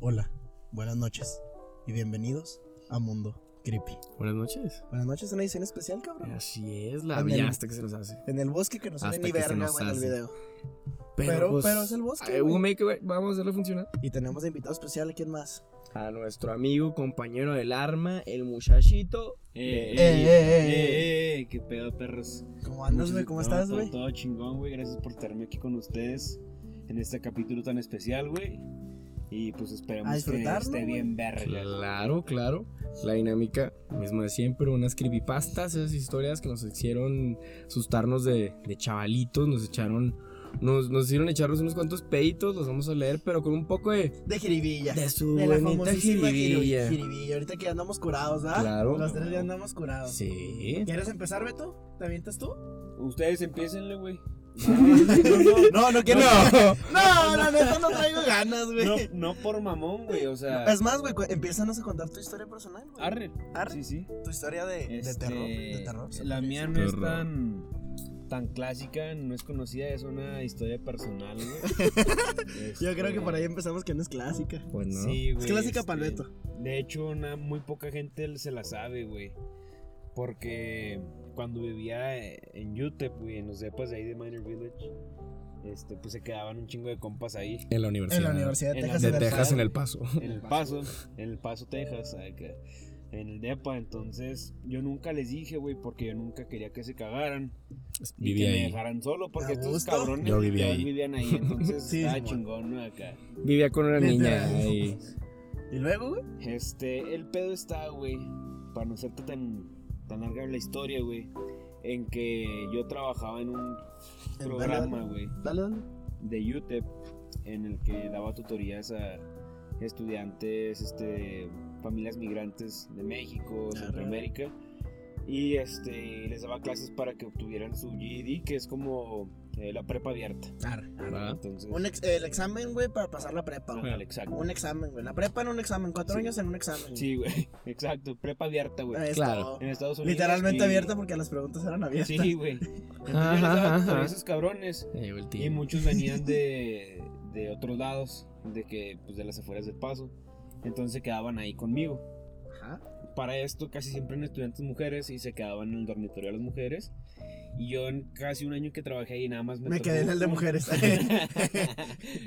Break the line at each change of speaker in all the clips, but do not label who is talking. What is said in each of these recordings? Hola, buenas noches y bienvenidos a Mundo Creepy.
Buenas noches.
Buenas noches, una edición especial, cabrón.
Así es, la
En el-
vida hasta que se nos hace.
En el bosque que no sale
Hasta
ni
que se
verga,
nos
güey, en el
hace.
video. Pero- pero es el bosque,
ay,
güey.
hubo make, pues, güey. Vamos a hacerlo funcionar.
Y tenemos de invitado especial, ¿a quién más?
A nuestro amigo, compañero del arma, el muchachito.
Eh,
Eh,
eh,
eh,
eh,
eh, qué pedo, perros.
¿Cómo andas,
Muchas-
güey? ¿Cómo
no,
estás,
todo-
güey?
Todo, chingón, güey. Gracias por tenerme aquí con ustedes en este capítulo tan especial, güey. Y pues
A
esperamos que
disfrutarlo,
esté
güey.
bien verga.
Eh, Claro, claro. La dinámica misma de siempre, unas creepypastas, esas historias que nos hicieron asustarnos de, de chavalitos, nos echaron, nos, nos hicieron echarnos unos cuantos peditos, los vamos a leer, pero con un poco de...
De jiribilla.
De su
la
bonita
famosísima
jiribilla.
jiribilla. Ahorita que andamos curados, ¿ah?
Claro.
Los tres ya andamos curados.
Sí.
¿Quieres empezar, Beto? ¿Te avientas tú?
Ustedes empiecenle, güey.
No, no quiero.
No.
No, la neta no traigo ganas, güey.
No, no por mamón, güey. O sea,
Es más, güey, cu- empiézanos a contar tu historia personal, güey.
arre.
Arre.
Sí, sí.
Tu historia de, de
Este,
terror. De terror ¿se
La
podría
mía
decir?
no es
Terror.
tan, tan clásica, no es conocida, es una historia personal, güey.
Yo creo que
Este,
por ahí empezamos que no es clásica.
Pues no.
Sí, güey.
es clásica
este,
palbeto.
De hecho, na- muy poca gente se la sabe, güey. Porque cuando vivía eh, en Utep, güey, en los depas de ahí de Minor Village, este, pues se quedaban un chingo de compas ahí.
En la universidad.
En la Universidad de
En la-
Texas.
De
en El
Texas en
Paso.
El Paso.
En El Paso, en El Paso, Texas, acá, en el depa. Entonces, yo nunca les dije, güey, porque yo nunca quería que se cagaran. Y
Vivía
que me
ahí.
dejaran solo,
¿A
porque estos
gusto?
cabrones
Yo vivía ahí.
vivían ahí. Entonces,
Sí,
estaba
Simón.
chingón, ¿no? Acá.
Vivía con una niña.
Literal.
ahí.
Y luego, güey.
Este, el pedo está, güey, para no hacerte tan, tan larga la historia, güey, en que yo trabajaba en un
El
programa, güey,
Dale, dale.
de UTEP, en el que daba tutorías a estudiantes, este, familias migrantes de México,
Arre.
Centroamérica, y este, les daba clases para que obtuvieran su GED, que es como eh, la prepa abierta.
Arre.
¿verdad?
Entonces,
Ah, Un ex- el examen, güey, para pasar la prepa, güey.
ándale, exacto.
Un examen, güey. La prepa en un examen. Cuatro
Sí.
años en un examen. güey.
Sí, güey, exacto, prepa abierta, güey.
Es
Claro.
todo.
En Estados Unidos.
Literalmente
y-
abierta porque las preguntas eran abiertas.
Sí, güey. Entonces, yo les
Ajá,
daba
ajá.
tutoría a esos cabrones.
Ahí va el tío.
Y muchos venían de, de otros lados, de que pues de las afueras del paso. Entonces se quedaban ahí conmigo.
Ajá.
Para esto casi siempre eran estudiantes mujeres y se quedaban en el dormitorio de las mujeres. Y yo en casi un año que trabajé ahí nada más me,
Me
tocó
quedé en el de
un-
mujeres.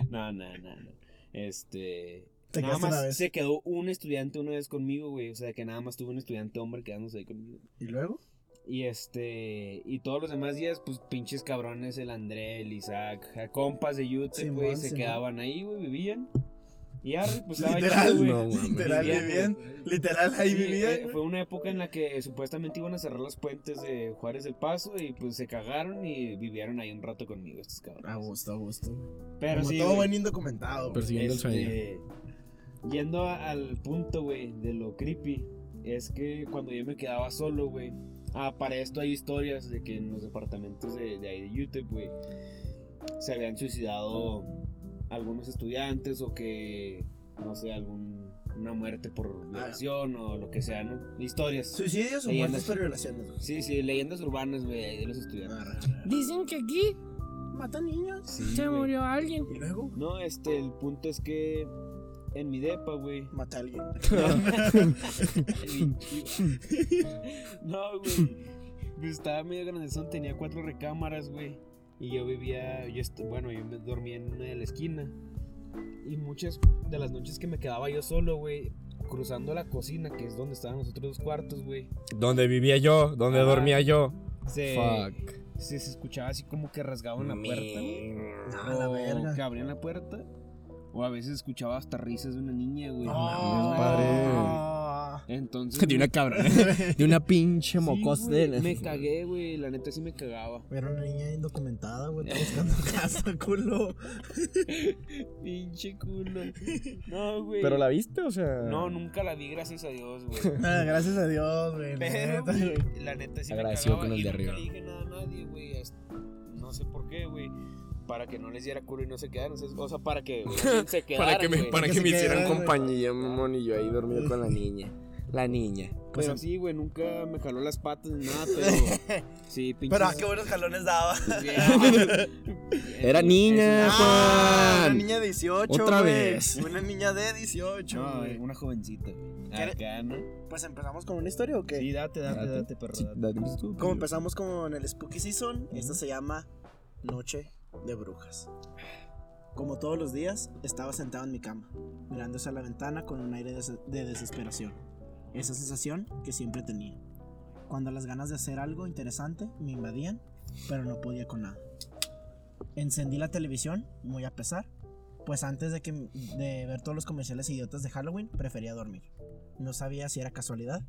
no, no, no, no. Este,
Te
nada
quedaste una
más
vez.
se quedó un estudiante una vez conmigo, güey, o sea, que nada más tuvo un estudiante hombre quedándose ahí conmigo.
¿Y luego?
Y este, y todos los demás días, pues pinches cabrones, el André, el Isaac, a compas de YouTube,
Simón,
güey, se
Simón.
quedaban ahí, güey, vivían. Y arre, pues estaba
Literal,
chido, güey.
No, mames.
Literal,
Vivían,
vivían. Literal, ahí
Sí,
vivía.
eh, fue una época en la que supuestamente iban a cerrar los puentes de Juárez del Paso y pues se cagaron y vivieron ahí un rato conmigo estos cabrones.
A gusto, a gusto. güey.
Pero
Ah, Como
sí,
todo
güey,
buen indocumentado. güey.
Persiguiendo el sueño.
este, yendo a- al punto, güey, de lo creepy, es que cuando yo me quedaba solo, güey. Ah, para esto hay historias de que en los departamentos de, de ahí de YouTube, güey, se habían suicidado algunos estudiantes o que, no sé, algún, una muerte por violación o lo que sea, ¿no? Historias.
Suicidios o
Ahí
muertes
andas.
por violaciones, güey.
Sí, sí, leyendas urbanas, güey, ahí de los estudiantes.
Arre, arre, arre.
Dicen que aquí
Matan niños.
Ah, Sí, güey.
alguien.
Y luego
No, este, el punto es que en mi depa, güey,
mata a alguien.
No, güey. Pues estaba medio grandezón, tenía cuatro recámaras, güey. Y yo vivía, yo est- bueno, yo me dormía en una de la esquina. Y muchas de las noches que me quedaba yo solo, güey, cruzando la cocina, que es donde estaban los otros dos cuartos, güey.
¿Dónde vivía yo? ¿Dónde
Ah.
dormía yo?
Se,
Fuck.
se, se escuchaba así como que rasgaban la puerta, güey.
Ah, la
o
verga.
que abrían la puerta. O a veces escuchaba hasta risas de una niña, güey.
No,
Entonces.
De una
me-
cabrón. De una pinche
Sí,
mocos
güey,
de-
Me cagué, güey. La neta sí me cagaba.
Era una niña indocumentada, güey. Está buscando casa, culo.
Pinche culo. No, güey.
¿Pero la viste? O sea.
No, nunca la vi, gracias a Dios, güey.
Ah, gracias a Dios, güey. la
Pero,
neta,
güey,
güey.
la neta sí me
Agradecido
cagaba
con el
y
de
nunca
arriba.
le dije nada a nadie, güey. hasta- No sé por qué, güey. Para que no les diera culo y no se quedaran. O sea, para que güey, se quedaran,
Para que me,
güey.
para
Que
que
se
me
quedara,
hicieran
güey.
compañía, mamón, y yo ahí dormía con la niña. la niña.
Pues
pero sí, güey, nunca me jaló las patas ni nada, pero. Sí, pinche.
Pero ah, qué buenos jalones daba.
Era niña.
Es
Ah, una
Juan.
niña de 18.
Otra
güey.
vez.
Una niña de
una-
18.
No,
güey.
güey, una jovencita, güey.
¿Quieres-
Acá, ¿no?
Pues empezamos con una historia o qué?
Sí, date, date,
Date.
date, perro.
Sí,
date.
dale, empieza tú.
Como empezamos con el Spooky Season, esta se llama Noche de Brujas. Como todos los días, estaba sentado en mi cama, mirando hacia la ventana con un aire des- de desesperación. Esa sensación que siempre tenía. Cuando las ganas de hacer algo interesante me invadían, pero no podía con nada. Encendí la televisión, muy a pesar, pues antes de, que, de ver todos los comerciales idiotas de Halloween, prefería dormir. No sabía si era casualidad,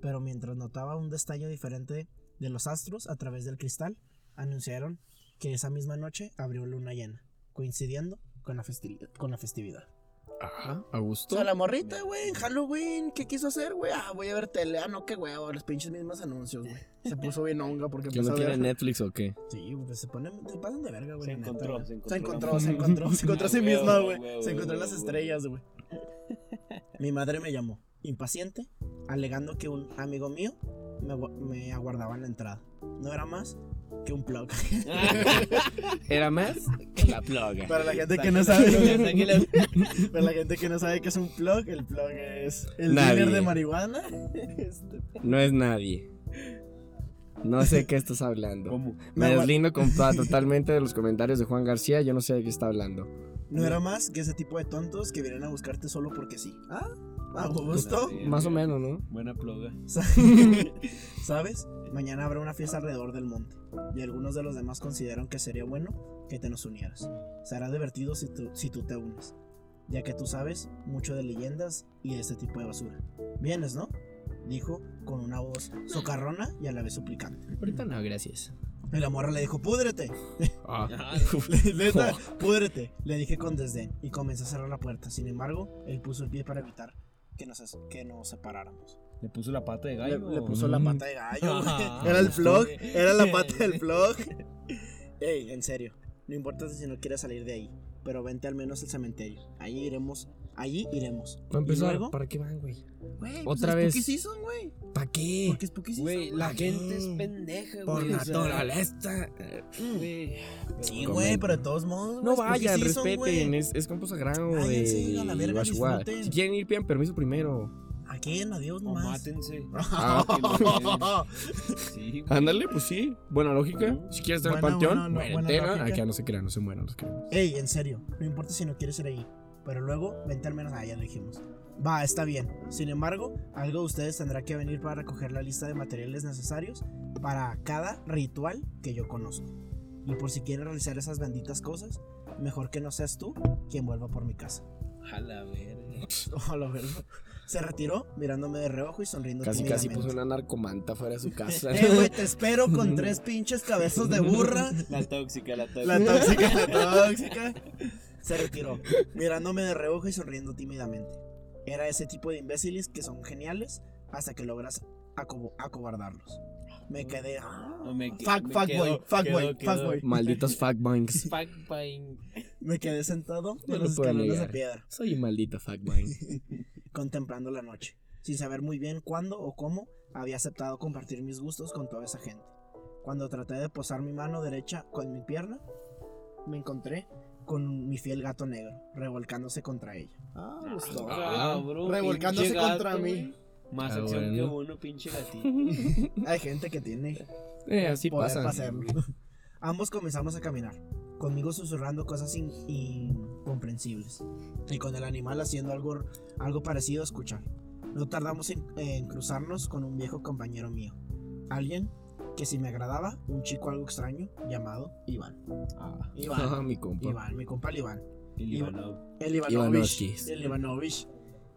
pero mientras notaba un destello diferente de los astros a través del cristal anunciaron que esa misma noche abrió luna llena, coincidiendo con la, festi- con la festividad.
Ajá, a
O
gusto.
sea, la morrita, güey, en Halloween, ¿qué quiso hacer, güey? Ah, voy a ver tele. Ah, no, qué huevo, los pinches mismos anuncios, güey. Se puso bien honga porque
¿Que no
empezó a
tiene
ver...
Netflix o qué?
Sí, güey, pues se pone... Te pasan de verga, güey.
Se
la neta,
encontró,
güey.
se
se
encontró.
encontró, se encontró, se encontró a sí
Ah,
misma,
huevo,
güey.
huevo,
Se encontró en
huevo,
las
huevo.
estrellas, güey. Mi madre me llamó, impaciente, alegando que un amigo mío me, agu- me aguardaba en la entrada. No era más que un plug.
Ah,
Era más que la plaga.
Para la gente que no sabe, para la gente que no sabe qué es un plug, el plug es el
Nadie.
dealer de marihuana. Este,
No es nadie. No sé qué estás hablando.
¿Cómo?
Me
No,
deslindo con- totalmente de los comentarios de Juan García. Yo no sé de qué está hablando.
No era más que ese tipo de tontos que vienen a buscarte solo porque sí. Ah, a gusto.
Bien,
Más o
bien.
menos, ¿no?
Buena ploga.
Sa- ¿Sabes? Mañana habrá una fiesta alrededor del monte y algunos de los demás consideran que sería bueno que te nos unieras. Será divertido si tú, si tú te unes, ya que tú sabes mucho de leyendas y de este tipo de basura. Vienes, ¿no? Dijo con una voz socarrona y a la vez suplicante.
Ahorita no, gracias.
Y la morra le dijo, púdrete.
Ah,
Le- Neta, púdrete, le dije con desdén y comenzó a cerrar la puerta. Sin embargo, él puso el pie para evitar que nos, as- que nos separáramos.
Le puso la pata de
Le,
gallo.
le puso la
Mm.
pata de gallo, güey.
Ah,
Era el
justo.
vlog, era la pata del vlog. Ey, en serio, no importa si no quieres salir de ahí, pero vente al menos al cementerio. Allí iremos, allí iremos.
para
¿Y
empezar,
luego?
¿para qué van, güey?
Güey, pues,
Otra
es
vez.
Spooky Season, güey.
¿Para qué?
¿Por qué Spooky Season?
Güey, la
güey?
gente es pendeja, güey.
Por
o sea,
naturaleza.
güey.
Sí,
Comenta.
güey, pero de todos modos.
No
güey, Spooky
vayan,
Season,
respeten.
güey.
Es, es campo sagrado de
Váyanse a la verga,
Guachuá.
disfruten.
Si quieren ir, pidan permiso primero.
Aquí en adiós
O
nomás.
mátense.
Ah,
que lo Sí, güey.
Ándale, pues sí. Buena lógica. Si quieres estar en el
Buena,
panteón,
buena,
muérete,
buena
¿no?
lógica.
Acá no se crean, no se mueran los queremos.
Ey, en serio, no importa si no quieres ir ahí, pero luego vente al menos. Ah, ya lo dijimos. Va, está bien. Sin embargo, algo de ustedes tendrá que venir para recoger la lista de materiales necesarios para cada ritual que yo conozco. Y por si quieres realizar esas benditas cosas, mejor que no seas tú quien vuelva por mi casa.
A la verga.
Oh, la verga. Se retiró mirándome de reojo y sonriendo
Casi, casi puso
tímidamente.
una narcomanta fuera de su casa.
Eh, güey, te espero con tres pinches cabezas de burra
La tóxica, la tóxica.
La tóxica, la tóxica. Se retiró, mirándome de reojo y sonriendo tímidamente. Era ese tipo de imbéciles que son geniales hasta que logras acobo- acobardarlos. Me quedé. ah,
No, me que-
Fuck,
me
fuck,
quedo,
boy, fuck,
quedo,
boy,
quedo.
fuck, boy.
Malditos fuckbanks.
Fuck, pain.
Me quedé sentado
No
en
lo
los
puedo
escalones de
negar.
piedra,
Soy un maldito fuckbank. Eh,
contemplando la noche, sin saber muy bien cuándo o cómo había aceptado compartir mis gustos con toda esa gente. Cuando traté de posar mi mano derecha con mi pierna, me encontré con mi fiel gato negro, revolcándose contra ella. Ah,
Ah,
pues,
gustó.
cabrón,
revolcándose
pinche
contra
gato,
mí.
güey. Más
Ah,
acción que
bueno.
uno, pinche gatito.
Hay gente que tiene
Eh, así
poder
pasa.
para hacerlo. Ambos comenzamos a caminar, conmigo susurrando cosas in- incomprensibles y con el animal haciendo algo, algo parecido a escuchar. No tardamos en, en cruzarnos con un viejo compañero mío, alguien que si me agradaba, un chico algo extraño llamado Iván.
Ah,
Iván,
mi compa.
Iván, mi compa el Iván.
el
Iba-
Ivanov.
El Ivanovich.
Ivanovskis.
El Ivanovich.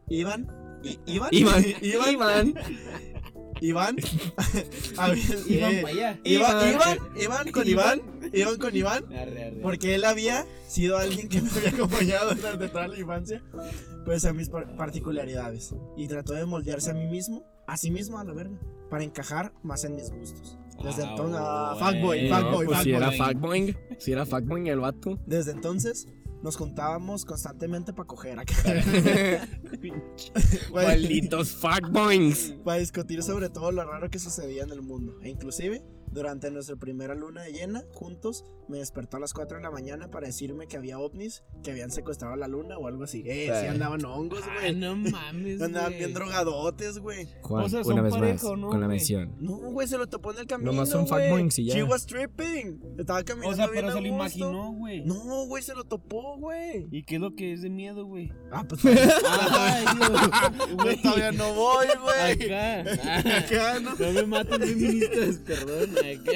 Iván. I- Iván.
Iván.
Iván.
Iván.
Iván. A ver,
Iban
eh,
pa' allá.
Iván,
Iván.
Iván, Iván con Iván, Iván con Iván,
Arre, arre.
porque él había sido alguien que me había acompañado durante toda la infancia, pues a mis par- particularidades, y trató de moldearse a mí mismo, a sí mismo a la verga, para encajar más en mis gustos. Desde
Ah,
entonces, ah,
bueno.
fuckboy,
Eh,
fuckboy,
no, pues si
fuckboy.
era fuckboy. Si era fuckboy el vato.
Desde entonces nos juntábamos constantemente para coger acá. Para
Malditos fuckboings.
discutir sobre todo lo raro que sucedía en el mundo. E inclusive, durante nuestra primera luna de llena, juntos, me despertó a las 4 de la mañana para decirme que había ovnis que habían secuestrado la luna o algo así. Eh, sí
Sí.
andaban hongos,
Ah,
güey.
no
pues,
mames.
Andaban
güey.
bien drogadotes, güey.
Juan,
O sea, son
una vez
pareja,
más,
¿no,
con la
güey?
mención.
No, güey, se lo topó en el camino.
Nomás son
güey.
fuckboys y ya.
She was tripping. Estaba caminando.
O sea,
bien
pero
a
se lo
gusto.
imaginó, güey.
No, güey, se lo topó, güey.
¿Y qué es lo que es de miedo, güey?
Ah, pues.
Ay, Dios,
Güey, todavía no voy, güey.
Acá.
Acá, ¿no?
No me maten feministas, perdón. Acá.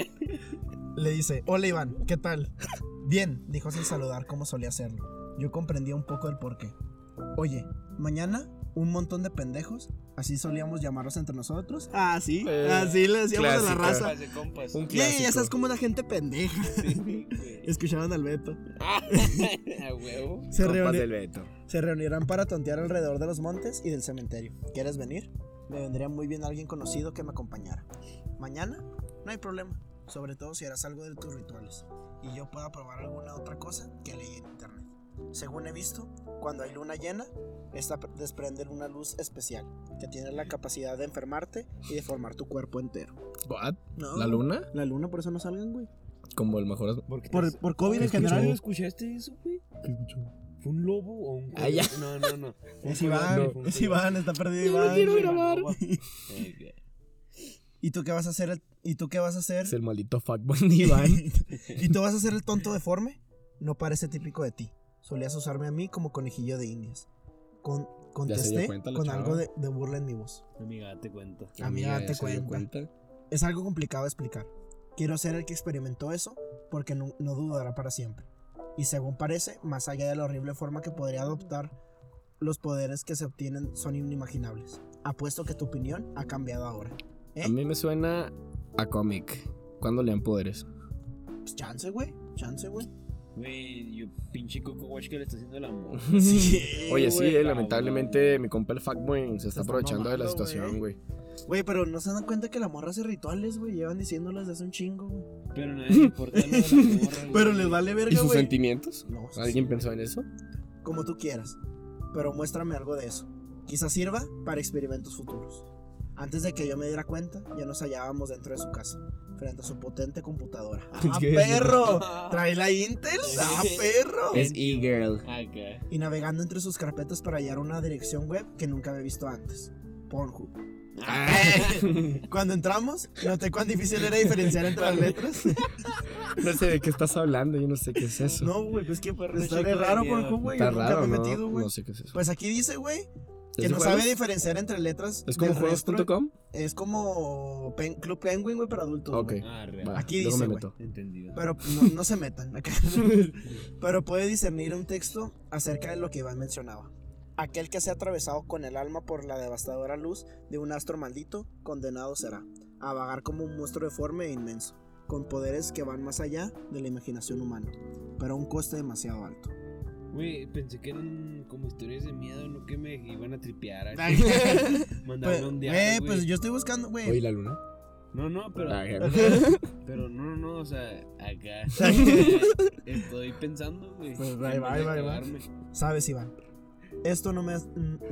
Le dice, hola Iván, ¿qué tal? Bien, dijo sin saludar como solía hacerlo. Yo comprendía un poco el porqué. Oye, mañana un montón de pendejos, así solíamos llamarlos entre nosotros. Ah, sí,
Eh,
así le decíamos a la
clásico.
raza.
Compas de compas.
Un
Sí,
clásico.
ya sabes cómo la gente pendeja.
Sí, güey.
Escuchaban al Beto.
A huevo.
Se,
Compas
reuni-
del Beto.
se reunirán para tontear alrededor de los montes y del cementerio. ¿Quieres venir? Me vendría muy bien alguien conocido que me acompañara. Mañana no hay problema, sobre todo si harás algo de tus rituales y yo pueda probar alguna otra cosa que leí en internet. Según he visto, cuando hay luna llena, esta pr- desprende una luz especial que tiene la capacidad de enfermarte y deformar tu cuerpo entero.
What?
No,
¿La luna?
La luna, por eso no salgan, güey.
Como el mejor.
Porque
Por, por COVID en
¿Qué
¿Escuchaste-
general.
¿Escuchaste eso, güey? ¿Fue un lobo o un
Ah, ya.
No, no, no.
Es Iván,
Fue un
es
coyote.
Iván, está perdido Iván.
quiero ir a grabar.
¿Y tú qué vas a hacer? el- ¿Y tú qué vas a hacer?
Es el maldito fuckboy de Iván.
¿Y tú vas a ser el tonto deforme? No parece típico de ti. Solías usarme a mí como conejillo de indias. Con, contesté
cuenta la
con
chava.
algo de, de burla en mi voz.
Amiga, date cuenta.
Amiga,
Amiga,
date
¿ya se dio
cuenta. Es algo complicado de explicar. Quiero ser el que experimentó eso porque no, no dudará para siempre. Y según parece, más allá de la horrible forma que podría adoptar, los poderes que se obtienen son inimaginables. Apuesto que tu opinión ha cambiado ahora. ¿Eh?
A mí me suena a cómic. ¿Cuándo le dan poderes?
Pues chance, güey. Chance, güey.
Güey, yo pinche Coco Watch que le está haciendo el amor.
Oye, sí,
güey,
eh,
cabrón.
lamentablemente mi compa el fuckboy se está aprovechando de la
mamando, ¿eh?
situación, güey.
Güey, pero no se dan cuenta que la morra hace rituales, güey. Llevan diciéndolas desde hace un chingo, güey.
Pero nadie le importa lo de la morra, güey.
Pero les vale
¿Y
verga,
sus
güey.
sentimientos?
No, sí,
¿Alguien pensó en eso?
como tú quieras. Pero muéstrame algo de eso. Quizás sirva para experimentos futuros. Antes de que yo me diera cuenta, ya nos hallábamos dentro de su casa, frente a su potente computadora. ¡Ah,
¿Qué?
perro! ¿Trae la Intel? ¡Ah,
Sí.
perro!
Es e-girl.
Acá.
Y navegando entre sus carpetas para hallar una dirección web que nunca había visto antes. Pornhub.
Ah.
Cuando entramos, noté cuán difícil era diferenciar entre las letras.
No sé de qué estás hablando, yo no sé qué es eso.
No, güey, pues que
me
está de
choca de
raro
miedo.
Pornhub, güey.
Está
yo nunca
raro,
me he
¿no?
metido, güey.
No sé qué es eso.
Pues aquí dice, güey,
¿Es
que
de
no
juegos?
sabe diferenciar entre letras.
¿Es como
del resto.
juegos.com?
Es como Pen- Club Penguin, güey, para adultos.
Ok.
güey.
Ah, real.
Va,
Aquí
luego
dice,
me
güey.
meto.
Entendido.
Pero pues, no, no se metan. acá. Pero puede discernir un texto acerca de lo que Iván mencionaba. Aquel que sea atravesado con el alma por la devastadora luz de un astro maldito, condenado será a vagar como un monstruo deforme e inmenso, con poderes que van más allá de la imaginación humana, pero a un coste demasiado alto.
Güey, pensé que eran como historias de miedo, no que me iban a tripear. acá.
Pues,
Mandarme un diablo.
güey, pues
güey.
yo estoy buscando, güey.
Oye, la luna.
No, no, pero.
Ah, ya.
Pero no, no, o sea, acá. Estoy pensando, güey.
Pues,
en
va, va,
dónde
va, va.
cagarme.
Sabes, Iván, esto no me,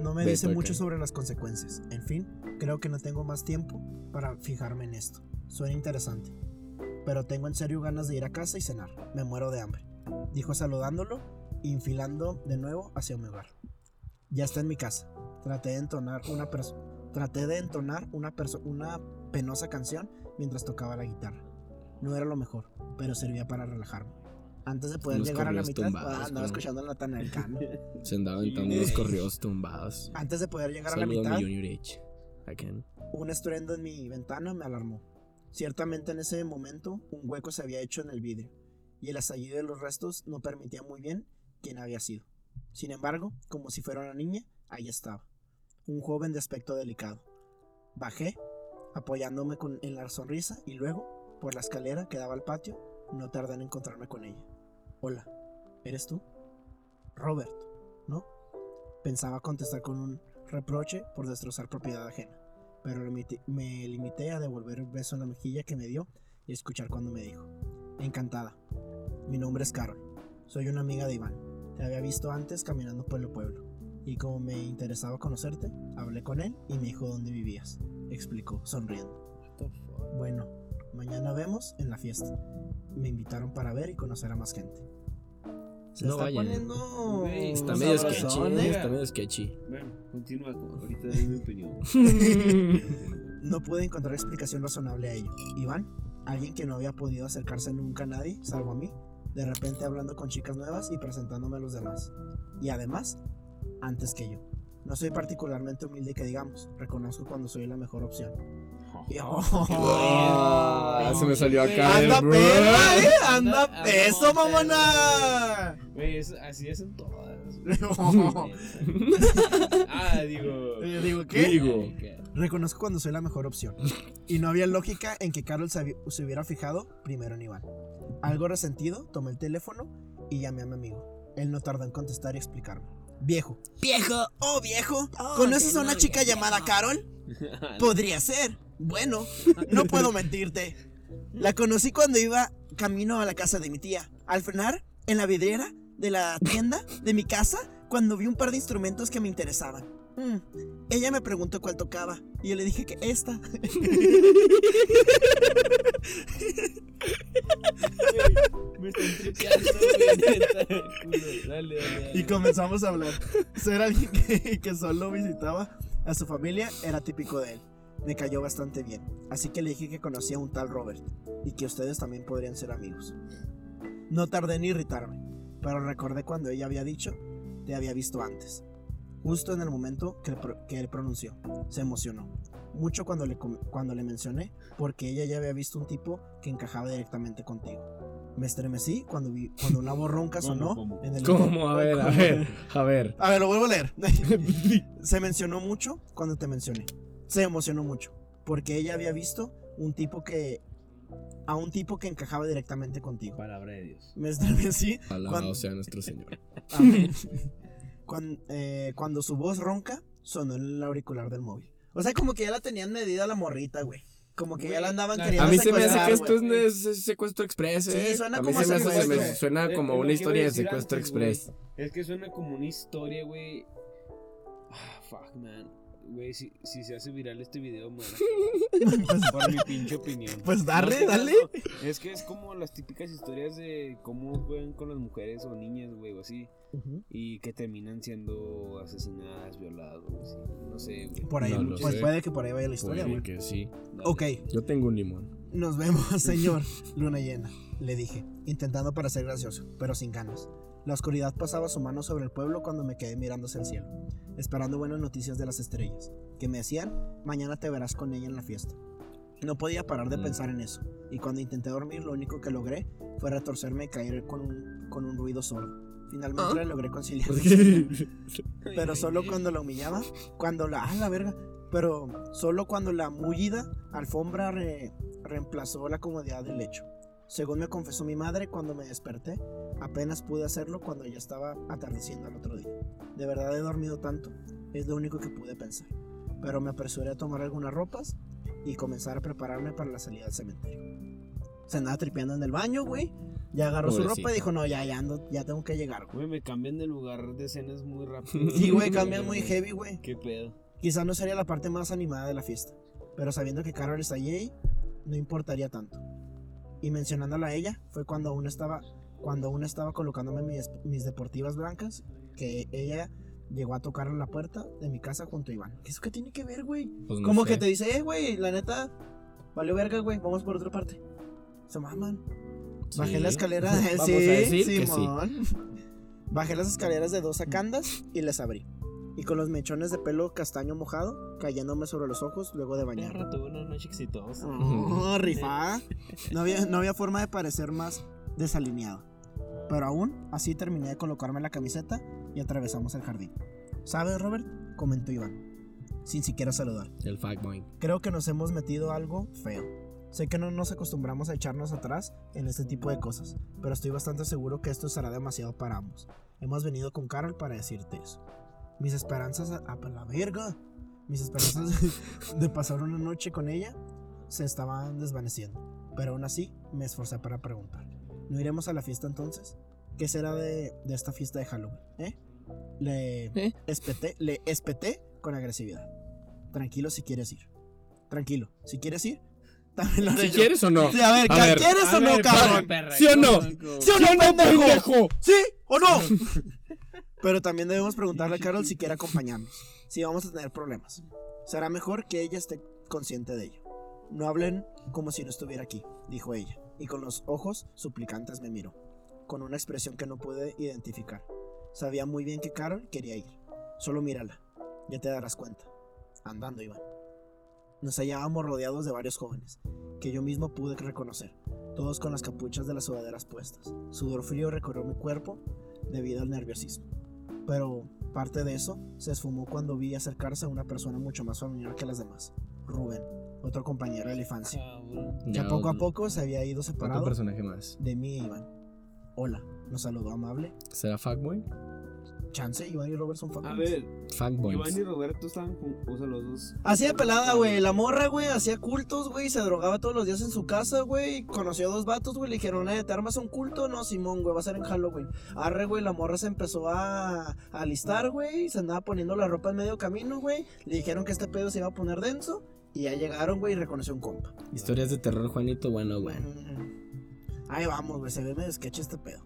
no me
Vete
dice
acá.
mucho sobre las consecuencias. En fin, creo que no tengo más tiempo para fijarme en esto. Suena interesante. Pero tengo en serio ganas de ir a casa y cenar. Me muero de hambre. Dijo saludándolo y enfilando de nuevo hacia mi hogar. Ya está en mi casa. Traté de entonar una perso- Traté de entonar una, perso- una penosa canción mientras tocaba la guitarra. No era lo mejor, pero servía para relajarme. Antes de poder
Unos
llegar a la
corridos
mitad,
tumbados,
ah, andaba
¿no?
escuchando a Natanael Cano.
Se andaba aventando
Sí.
unos correos tumbados.
Antes de poder llegar a Ah, la
Saludo a
mitad,
mi Junior H. Acá, ¿no?
un estruendo en mi ventana me alarmó. Ciertamente en ese momento un hueco se había hecho en el vidrio y el estallido de los restos no permitía muy bien quién había sido. Sin embargo, como si fuera una niña, ahí estaba, un joven de aspecto delicado. Bajé, apoyándome con- en la sonrisa y luego, por la escalera que daba al patio, no tardé en encontrarme con ella. Hola, ¿eres tú? Robert, ¿no? Pensaba contestar con un reproche por destrozar propiedad ajena pero me limité, me limité a devolver el beso en la mejilla que me dio y escuchar cuando me dijo. Encantada. Mi nombre es Carol. Soy una amiga de Iván. Te había visto antes caminando por el pueblo. Y como me interesaba conocerte, hablé con él y me dijo dónde vivías. Explicó, sonriendo. Bueno, mañana vemos en la fiesta. Me invitaron para ver y conocer a más gente. Se
No
está
vayan.
poniendo
Güey,
Está
Pues
medio
abrazón,
sketchy,
sabrosón,
eh,
¿eh?
está medio sketchy.
Bueno, continúa. Ahorita doy mi opinión.
No pude encontrar explicación razonable a ello. Iván, alguien que no había podido acercarse nunca a nadie, salvo a mí, de repente hablando con chicas nuevas y presentándome a los demás. Y además, antes que yo. No soy particularmente humilde que digamos, reconozco cuando soy la mejor opción. Y-
Ah, se me salió acá.
¡Anda
bro.
perra, eh! ¡Anda
Anda
peso,
perra.
mamona!
Güey, es- así es en todas. güey.
No.
ah, digo.
Yo digo, ¿qué?
Digo.
Reconozco cuando soy la mejor opción. Y no había lógica en que Carol se, habi- se hubiera fijado primero en Iván. Algo resentido, tomé el teléfono y llamé a mi amigo. Él no tardó en contestar y explicarme. Viejo.
Viejo,
Oh, viejo.
Oh,
¿Conoces
qué
a una
novia,
chica
viejo.
llamada Carol? Podría ser. Bueno, no puedo mentirte. La conocí cuando iba camino a la casa de mi tía. Al frenar, en la vidriera de la tienda de mi casa, cuando vi un par de instrumentos que me interesaban. Mm, Ella me preguntó cuál tocaba y yo le dije que esta.
Me están tripeando, güey, neta. Culo, Dale, dale. dale.
Y comenzamos a hablar. Ser alguien que, que solo visitaba a su familia era típico de él. Me cayó bastante bien. Así que le dije que conocía a un tal Robert y que ustedes también podrían ser amigos. No tardé en irritarme, pero recordé cuando ella había dicho, te había visto antes. Justo en el momento que, pro- que él pronunció, se emocionó. Mucho cuando le, com- cuando le mencioné, porque ella ya había visto un tipo que encajaba directamente contigo. Me estremecí cuando, vi, cuando una voz ronca
¿Cómo,
sonó
cómo?
en el
¿Cómo? A ver, a ver, a ver.
a ver, lo vuelvo a leer. Se mencionó mucho cuando te mencioné. Se emocionó mucho. Porque ella había visto un tipo que. a un tipo que encajaba directamente contigo.
Palabra de Dios.
Me estremecí
Alabado
Cuando-
sea nuestro Señor.
Amén. Ah, Cuan- eh, cuando su voz ronca, sonó en el auricular del móvil. O sea, como que ya la tenían medida la morrita, güey. Como que ya la andaban
A
queriendo
A mí se me hace
secuestrar,
que esto es
güey.
ne- es secuestro express,
Sí,
eh.
suena
a mí
como
se me hace- se me-
secuestro.
suena
Eh,
como
lo
una
que
historia
iba a
de
decir
secuestro
antes, güey,
express.
Es que suena como una historia, güey. Ah, fuck, man. Güey, si, si se hace viral este video, man.
Pues,
por mi pinche opinión.
Pues dale,
No sé,
dale.
no. Es que es como las típicas historias de cómo juegan con las mujeres o niñas, güey, o así.
Ujú.
Y que terminan siendo asesinadas, violadas, o así. No sé, güey.
Por ahí,
No lo
pues
sé.
puede que por ahí vaya la historia,
Puede
güey.
que sí.
Dale.
Ok,
Yo tengo un limón.
Nos vemos, señor. Luna llena, le dije, intentando parecer gracioso, pero sin ganas. La oscuridad pasaba su mano sobre el pueblo cuando me quedé mirando hacia el cielo, esperando buenas noticias de las estrellas, que me decían, mañana te verás con ella en la fiesta. No podía parar de
Mm.
pensar en eso, y cuando intenté dormir lo único que logré fue retorcerme y caer con un, con un ruido sordo. Finalmente la logré conciliar,
Pues
pero solo cuando la humillaba, cuando la... ¡Ah, la verga! Pero solo cuando la mullida alfombra re- reemplazó la comodidad del lecho. Según me confesó mi madre cuando me desperté, apenas pude hacerlo cuando ya estaba atardeciendo al otro día. De verdad he dormido tanto, es lo único que pude pensar. Pero me apresuré a tomar algunas ropas y comenzar a prepararme para la salida del cementerio. Se andaba tripeando en el baño, güey. Ya agarró su ropa
Pobrecito.
y dijo, no, ya, ya ando, ya tengo que llegar, güey.
Güey, me cambian de lugar de escenas muy rápido.
Sí, güey, cambian muy heavy, güey.
¿Qué pedo?
Quizá no sería la parte más animada de la fiesta, pero sabiendo que Carol está allí, no importaría tanto. Y mencionándola a ella, fue cuando aún estaba, cuando aún estaba colocándome mis, mis deportivas blancas, que ella llegó a tocar la puerta de mi casa junto a Iván. ¿Eso qué tiene que ver, güey?
Pues no
Como
sé.
que te dice, eh, güey, la neta, valió verga, güey, vamos por otra parte. Se maman.
Sí.
Bajé la escalera
Vamos a
sí,
decir que sí.
Simón. Bajé las escaleras de dos acandas y las abrí. Y con los mechones de pelo castaño mojado cayéndome sobre los ojos luego de bañarme.
Perra, tuve una noche exitosa.
Oh, rifada. No había, no había forma de parecer más desalineado. Pero aún así terminé de colocarme la camiseta y atravesamos el jardín. ¿Sabes, Robert? comentó Iván, sin siquiera saludar.
El fuckboy.
Creo que nos hemos metido algo feo. Sé que no nos acostumbramos a echarnos atrás en este tipo de cosas, pero estoy bastante seguro que esto será demasiado para ambos. Hemos venido con Carol para decirte eso. Mis esperanzas a, a pa' la verga. Mis esperanzas de pasar una noche con ella se estaban desvaneciendo, pero aún así me esforcé para preguntar. ¿No iremos a la fiesta entonces? ¿Qué será de, de esta fiesta de Halloween? ¿Eh? Le,
¿Eh?
espeté, le espeté con agresividad. Tranquilo si quieres ir. Tranquilo, si quieres ir, también lo haré
¿Si
yo.
quieres o no?
Sí, a ver,
A ver.
¿quieres o
A
no,
ver,
cabrón?
perra,
¿Sí o no?
¿cómo?
¿Sí o no, pendejo?
pendejo!
¿Sí o no? Pero también debemos preguntarle a Carol si quiere acompañarnos, si vamos a tener problemas. Será mejor que ella esté consciente de ello. No hablen como si no estuviera aquí, dijo ella, y con los ojos suplicantes me miró, con una expresión que no pude identificar. Sabía muy bien que Carol quería ir. Solo mírala, ya te darás cuenta. Andando, Iván. Nos hallábamos rodeados de varios jóvenes, que yo mismo pude reconocer todos con las capuchas de las sudaderas puestas. Sudor frío recorrió mi cuerpo debido al nerviosismo. Pero parte de eso se esfumó cuando vi acercarse a una persona mucho más familiar que las demás, Rubén, otro compañero de la infancia,
Cabrón.
que
Ya,
poco a
otro-
poco se había ido
Otro
separado
personaje más.
de mí e Iván. Hola, nos saludó amable.
¿Será Fatboy?
Chance, Iván y Robert son
A
familiares.
ver, Iván y
Fatboy.
Roberto estaban con. O sea, los dos.
Hacía pelada, güey. La morra, güey, hacía cultos, güey. Se drogaba todos los días en su casa, güey. Conoció a dos vatos, güey. Le dijeron, eh, ¿te armas un culto? No, Simón, güey, va a ser en Halloween. Arre, güey, la morra se empezó a a alistar, güey. Se andaba poniendo la ropa en medio camino, güey. Le dijeron que este pedo se iba a poner denso. Y ya llegaron, güey, y reconoció un compa.
Historias de terror, Juanito, bueno, bueno.
Ahí vamos, güey. Se ve medio sketch este pedo.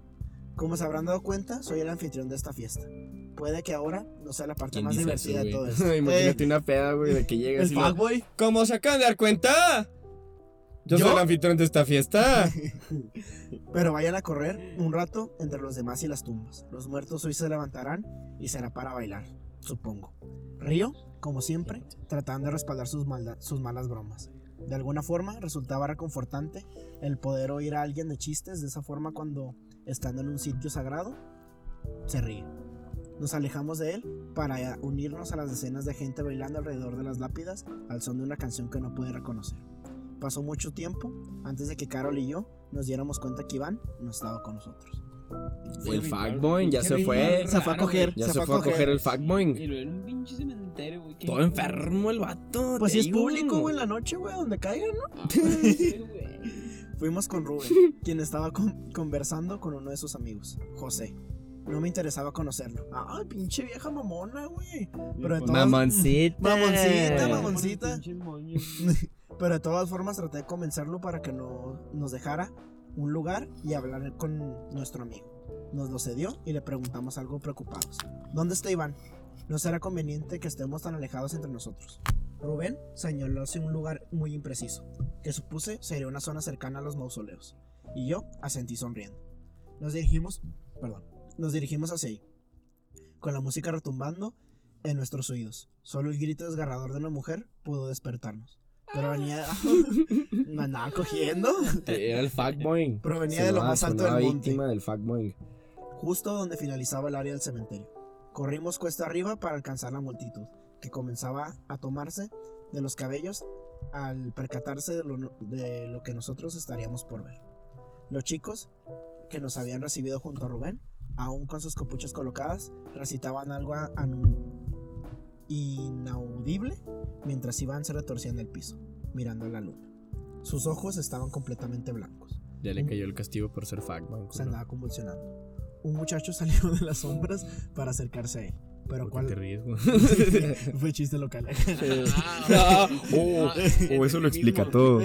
Como se habrán dado cuenta, soy el anfitrión de esta fiesta. Puede que ahora no sea la parte
¿Quién
más
dice eso,
divertida de todo esto.
güey? Imagínate una peda, güey, de que
Eh, el
llegas y... la-
fuckboy.
¿Cómo se acaban de dar cuenta? Yo,
¿Yo?
soy el anfitrión de esta fiesta.
Pero vayan a correr un rato entre los demás y las tumbas. Los muertos hoy se levantarán y será para bailar, supongo. Río, como siempre, tratando de respaldar sus, malda- sus malas bromas. De alguna forma resultaba reconfortante el poder oír a alguien de chistes de esa forma cuando, estando en un sitio sagrado, se ríe. Nos alejamos de él para unirnos a las decenas de gente bailando alrededor de las lápidas al son de una canción que no pude reconocer. Pasó mucho tiempo antes de que Carol y yo nos diéramos cuenta que Iván no estaba con nosotros.
Fue el fuckboy, ya se fue.
Se fue a coger.
Ya se fue a coger el
Y
fuckboy.
lo en un pinche cementerio, güey. qué
Todo enfermo el vato.
Pues si
te
es
digo.
público, güey, en la noche, güey, donde caigan, ¿no?
Ah, güey.
Fuimos con Rubén, quien estaba con- conversando con uno de sus amigos, José. No me interesaba conocerlo. pues Ah, pinche vieja mamona, güey. Pero de todas-
Bien,
Pues Mamoncita.
Mamoncita,
Con
mamon- mamoncita.
pinches moños.
Pero de todas formas traté de convencerlo para que no, nos dejara un lugar y hablar con nuestro amigo. Nos lo cedió y le preguntamos algo preocupados. ¿Dónde está Iván? No será conveniente que estemos tan alejados entre nosotros. Rubén señaló hacia un lugar muy impreciso, que supuse sería una zona cercana a los mausoleos, y yo asentí sonriendo. Nos dirigimos, perdón, nos dirigimos hacia ahí, con la música retumbando en nuestros oídos. Solo el grito desgarrador de una mujer pudo despertarnos. Pero venía. me andaba cogiendo.
Era el fuckboy.
Provenía de lo más alto del
La
monte,
víctima del fuckboy.
justo donde finalizaba el área del cementerio. Corrimos cuesta arriba para alcanzar la multitud, que comenzaba a tomarse de los cabellos al percatarse de lo, no- de lo que nosotros estaríamos por ver. Los chicos que nos habían recibido junto a Rubén, aún con sus capuchas colocadas, recitaban algo a- anu- inaudible mientras Iván se retorcía en el piso, mirando a la luna. Sus ojos estaban completamente blancos.
Ya le cayó el castigo por ser fuckboy.
Se andaba convulsionando. Un muchacho salió de las sombras para acercarse a él. Pero
¿Por qué te
cuál
ríes, güey?
fue chiste local.
Ah, oh, oh, eso lo explica todo.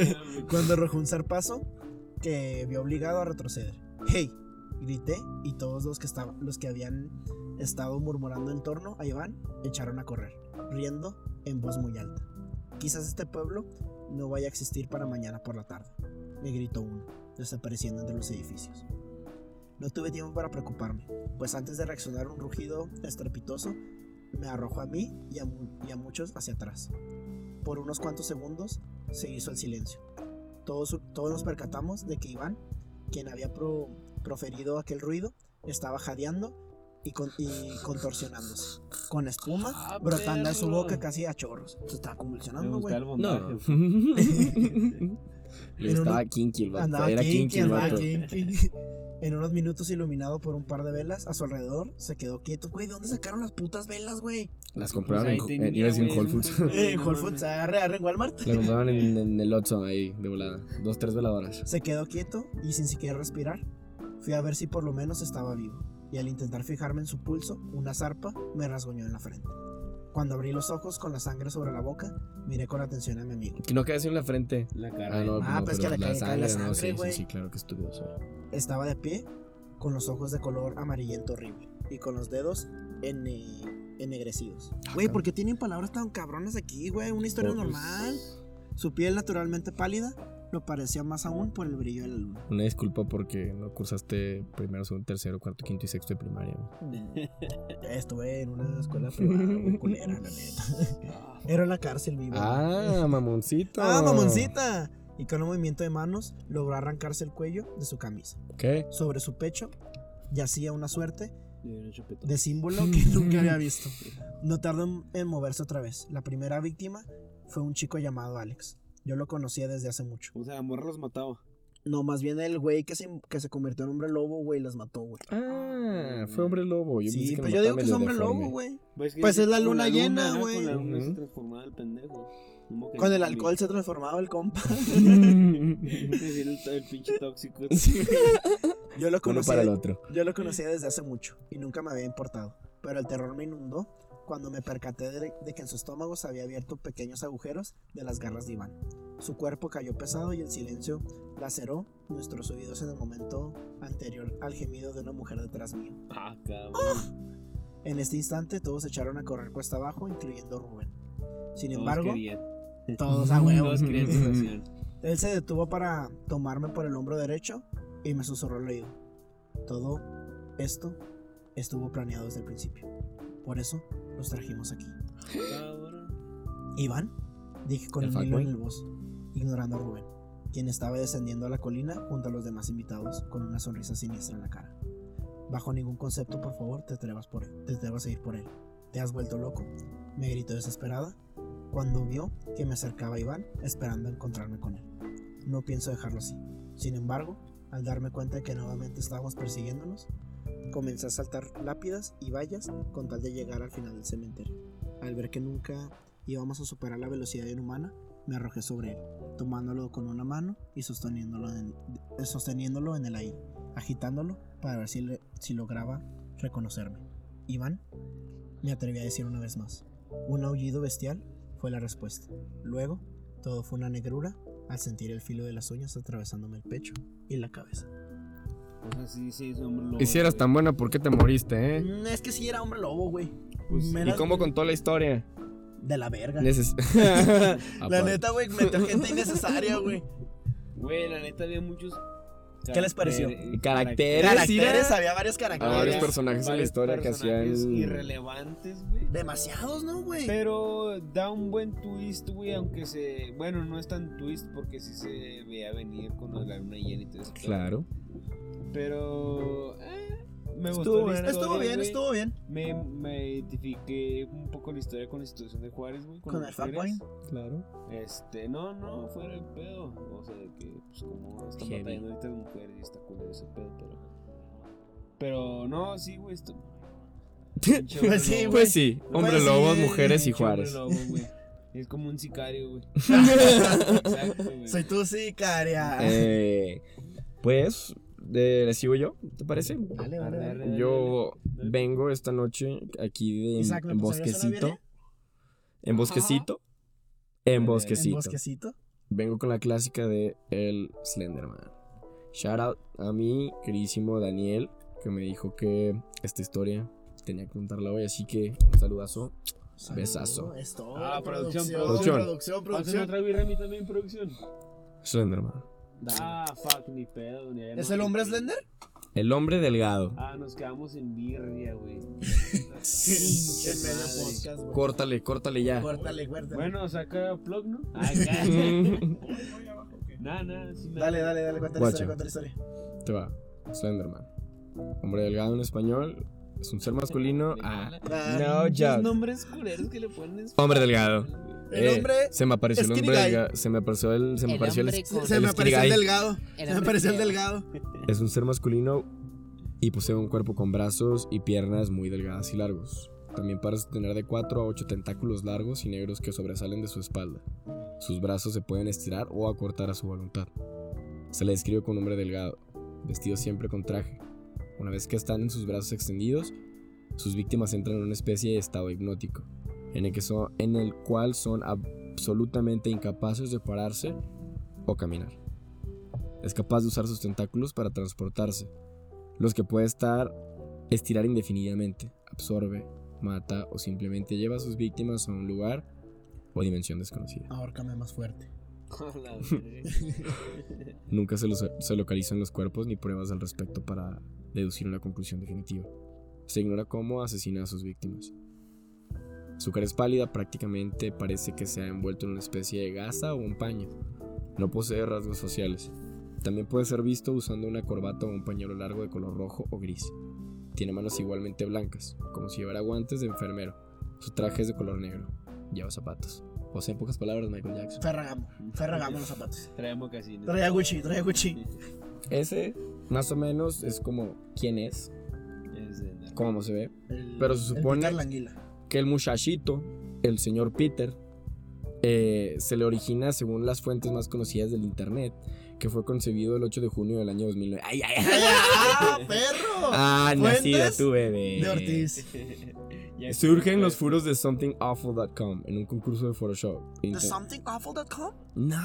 Cuando arrojó un zarpazo que vio obligado a retroceder. ¡Hey! Grité y todos los que, estaban, los que habían estado murmurando en torno a Iván echaron a correr, riendo en voz muy alta. Quizás este pueblo no vaya a existir para mañana por la tarde, me gritó uno, desapareciendo entre los edificios. No tuve tiempo para preocuparme, pues antes de reaccionar un rugido estrepitoso me arrojó a mí y a, mu- y a muchos hacia atrás. Por unos cuantos segundos se hizo el silencio. Todos, todos nos percatamos de que Iván, quien había pro- proferido aquel ruido, estaba jadeando y, con- y contorsionándose, con espuma
Ah,
brotando de su
perro.
boca casi a chorros. Se estaba
Me
convulsionando,
gusta
güey.
el
No.
montaje.
Le estaba kinky el vato.
Andaba
Era
kinky,
kinky el
andaba
vato.
kinky. En unos minutos, iluminado por un par de velas a su alrededor, se quedó quieto. Güey, ¿de dónde sacaron las putas velas, güey?
Las compraron en,
Pues ahí
Ho- en-
tenía,
iba a decir en
güey,
Whole
es
Foods.
un-
Eh,
no
Whole
mames.
Foods, arre, arre, en Walmart.
La compraron en, en el Oxxo ahí, de volada. Dos, tres veladoras.
Se quedó quieto y sin siquiera respirar, Fui a ver si por lo menos estaba vivo, y al intentar fijarme en su pulso, una zarpa me rasguñó en la frente. Cuando abrí los ojos con la sangre sobre la boca, miré con atención a mi amigo.
Que no quedas en la frente.
La cara.
Ah, no,
Ah,
no,
pues
pero
que le
la
cae- cae la
no,
sangre,
sí, sí,
güey.
sí, claro que estuvo eso.
Estaba de pie, con los ojos de color amarillento horrible, y con los dedos ene- ennegrecidos. Güey, ¿por qué tienen palabras tan cabronas aquí, güey? Una historia
Pues,
normal. Su piel naturalmente pálida lo parecía más aún por el brillo de la luna.
Una disculpa porque no cursaste primero, segundo, tercero, cuarto, quinto y sexto de primaria. güey.
Eh, Estuve en una escuela privada muy culera, la neta. Era la cárcel, viva.
Ah, mamoncito.
¡Ah, mamoncita! Y con un movimiento de manos logró arrancarse el cuello de su camisa.
¿Qué?
Sobre su pecho yacía una suerte
Le dio un chupetón.
de símbolo que nunca había visto. No tardó en- en moverse otra vez. La primera víctima fue un chico llamado Alex. Yo lo conocía desde hace mucho.
O sea, la morra los mataba.
No, más bien el güey que se, que se convirtió en hombre lobo, güey, las mató, güey.
Ah, fue hombre lobo. Yo pensé
sí,
que
pues
lo
yo digo
mataban
que es
medio
hombre
deforme.
lobo, güey.
que
Pues
dice
es la
con
luna llena,
ajá,
güey.
Con la luna se
Ujú.
transformaba el pendejo. Como que
Con el
el-
alcohol se transformaba el compa.
Sí, el, el pinche tóxico.
Yo lo
Uno
conocí.
para el otro.
Yo lo conocía desde hace mucho y nunca me había importado, pero el terror me inundó cuando me percaté de, de que en su estómago se había abierto pequeños agujeros de las garras de Iván. Su cuerpo cayó pesado y el silencio laceró nuestros oídos en el momento anterior al gemido de una mujer detrás mío.
Ah, cabrón.
En este instante todos se echaron a correr cuesta abajo, incluyendo Rubén. Sin
Todos
embargo,
querían-
todos a huevo.
Todos querían sensación.
Él se detuvo para tomarme por el hombro derecho y me susurró al oído. Todo esto estuvo planeado desde el principio. Por eso los trajimos aquí.
Cabrón.
Iván, dije con
¿El
un hilo
fuckboy?
en el voz, ignorando a Rubén, quien estaba descendiendo a la colina junto a los demás invitados con una sonrisa siniestra en la cara. Bajo ningún concepto, por favor, te atrevas, por él, te atrevas a ir por él. ¿Te has vuelto loco? Me gritó desesperada cuando vio que me acercaba Iván esperando encontrarme con él. No pienso dejarlo así. Sin embargo, al darme cuenta de que nuevamente estábamos persiguiéndonos, comencé a saltar lápidas y vallas con tal de llegar al final del cementerio. Al ver que nunca íbamos a superar la velocidad inhumana, me arrojé sobre él, tomándolo con una mano y sosteniéndolo en, eh, sosteniéndolo en el aire, agitándolo para ver si, le- si lograba reconocerme. Iván, me atreví a decir una vez más. Un aullido bestial fue la respuesta. Luego, todo fue una negrura al sentir el filo de las uñas atravesándome el pecho y la cabeza.
O sea, sí, sí, es hombre lobo,
Y si eras
güey.
tan buena, ¿por qué te moriste, eh?
Mm, Es que sí era hombre lobo, güey.
Pues,
Me
¿Y
era
cómo contó la historia?
De la verga.
Neces-
La
Ah, pues.
neta, güey, metió gente innecesaria, güey.
Güey, la neta había muchos.
¿Qué les pareció?
caracteres-
Caracteres.
caracteres-
Caracteres, había varios
Ah,
caracteres.
varios personajes en la
varios
historia que hacían-
personajes Irrelevantes, güey.
Demasiados, ¿no, güey?
Pero da un buen twist, güey, aunque se... Bueno, no es tan twist porque sí se veía venir con lo de la luna llena y todo eso.
Claro.
Pero... eh, me
Estuvo
gustó la
bien,
historia,
estuvo bien,
güey.
estuvo bien.
Me, me identifiqué un poco la historia con la situación de Juárez, güey.
¿Con
las
el fuckboy?
mujeres.
Claro.
Este, no, no, fuera el pedo. O sea, de que, pues, como están
Heavy.
batallando ahorita las mujeres y está culero ese pedo, pero... Pero, no, sí, güey, esto... Pinche hombre
Pues sí,
lobo,
Pues sí, hombre
Pues
lobos,
sí,
mujeres y
Pinche hombre
Juárez.
lobo, güey. Es como un sicario, güey. Exacto, güey.
Soy tu sicaria.
Eh, pues, eh, ¿le sigo yo? ¿Te parece?
Dale, dale,
arre,
dale.
arre.
Yo vengo esta noche aquí de, en-
Isaac, ¿me
en
pasarías una
Bosquecito.
birria?
En Bosquecito. En
En
¿En
Bosquecito.
bosquecito?
Vengo con la clásica de El Slenderman. Shout out a mi queridísimo Daniel, que me dijo que esta historia tenía que contarla hoy, así que un saludazo. Besazo.
Es todo.
Ah, producción,
Producción,
producción.
Hacen
producción.
otra birra a mí también, producción.
Slenderman.
Dale.
Ah, fuck, ni pedo. Ni
¿Es el hombre Slender?
El hombre delgado.
Ah, nos quedamos en birria, güey.
En medio
madre.
podcast, güey.
Córtale, córtale ya.
Córtale, córtale.
Bueno, saca plug, ¿no? Acá. Nada, nada, sí, nada.
Dale, dale, dale, cuenta la
Guacha.
historia, cuenta la historia.
Te va. Slenderman. Hombre delgado en español. Es un ser masculino. Ah, no,
Los
ya.
nombres culeros que le ponen.
Hombre delgado.
El
Eh,
hombre-
Se me apareció el
Skinny
hombre
guy.
delgado. Se me apareció el. Se me
El
apareció el.
hombre
Se-
con-
el
Se me
skinny
apareció el
guy.
delgado.
Era
Se me
muy
apareció el
feo.
delgado.
Es un ser masculino y posee un cuerpo con brazos y piernas muy delgadas y largos. También parece tener de 4 a 8 tentáculos largos y negros que sobresalen de su espalda. Sus brazos se pueden estirar o acortar a su voluntad. Se le describe como un hombre delgado, vestidos siempre con traje. Una vez que están en sus brazos extendidos, sus víctimas entran en una especie de estado hipnótico, en el, que son, en el cual son absolutamente incapaces de pararse o caminar. Es capaz de usar sus tentáculos para transportarse, los que puede estar estirar indefinidamente, absorbe, mata o simplemente lleva a sus víctimas a un lugar o dimensión desconocida.
Ahórcame más fuerte.
Hola, madre.
Nunca se, los- se localizan los cuerpos ni pruebas al respecto para deducir una conclusión definitiva. Se ignora cómo asesina a sus víctimas. Su cara es pálida, prácticamente parece que se ha envuelto en una especie de gasa o un paño. No posee rasgos faciales. También puede ser visto usando una corbata o un pañuelo largo de color rojo o gris. Tiene manos igualmente blancas, como si llevara guantes de enfermero. Su traje es de color negro. Lleva zapatos. O sea, en pocas palabras, Michael Jackson.
Ferragamo. Ferragamo los zapatos.
Traemos casinos.
Trae a Gucci, trae a Gucci.
Ese, más o menos, es como quién es,
Es de nada.
cómo se ve.
El-
Pero se
el
supone-
Peter la anguila.
Que el muchachito, el señor Peter, eh, se le origina según las fuentes más conocidas del internet, que fue concebido el 8 de junio del año 2009. ¡Ay, ay, ay!
¡Ah, perro!
¡Ah,
Fuentes
nacido tu bebé!
De Ortiz.
Ya
Surgen los
fue-
furos de somethingawful.com en un concurso de Photoshop.
¿The
Inte-
somethingawful.com?
No.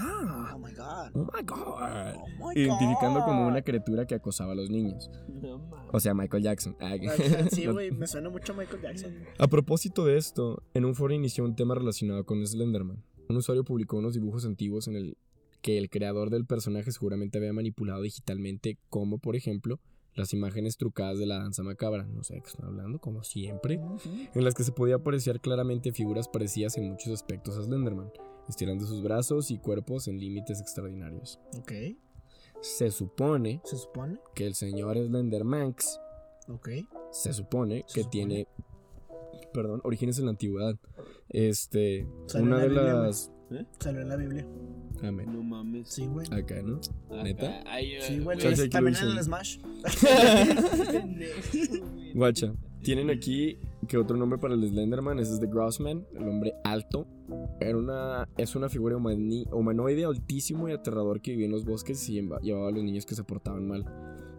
Oh my god.
Oh my god.
Oh my god.
Identificando como una criatura que acosaba a los niños.
No mames.
O sea, Michael Jackson. Ay.
Sí,
No-
güey, me suena mucho a Michael Jackson.
A propósito de esto, en un foro inició un tema relacionado con Slenderman. Un usuario publicó unos dibujos antiguos en el que el creador del personaje seguramente había manipulado digitalmente, como por ejemplo las imágenes trucadas de la danza macabra, no sé de qué están hablando, como siempre, en las que se podía apreciar claramente figuras parecidas en muchos aspectos a Slenderman, estirando sus brazos y cuerpos en límites extraordinarios.
Ok,
Se supone
se supone.
que el señor Slendermanx
Ok.
se supone
Se
que
supone.
tiene perdón orígenes en la antigüedad este
Sale
una
en la
de
Biblia,
las
Salió en la Biblia.
amén
No mames.
Sí, güey.
acá no
Acá-
¿neta?
Ay, ay,
Sí, güey.
Charles
es-
Jack
También en
Lewison.
el Smash.
Pendejo, güey.
guacha tienen aquí que otro nombre para el Slenderman ese es The Grossman el hombre alto era una es una figura humani- humanoide altísimo y aterrador que vivía en los bosques y lleva- llevaba a los niños que se portaban mal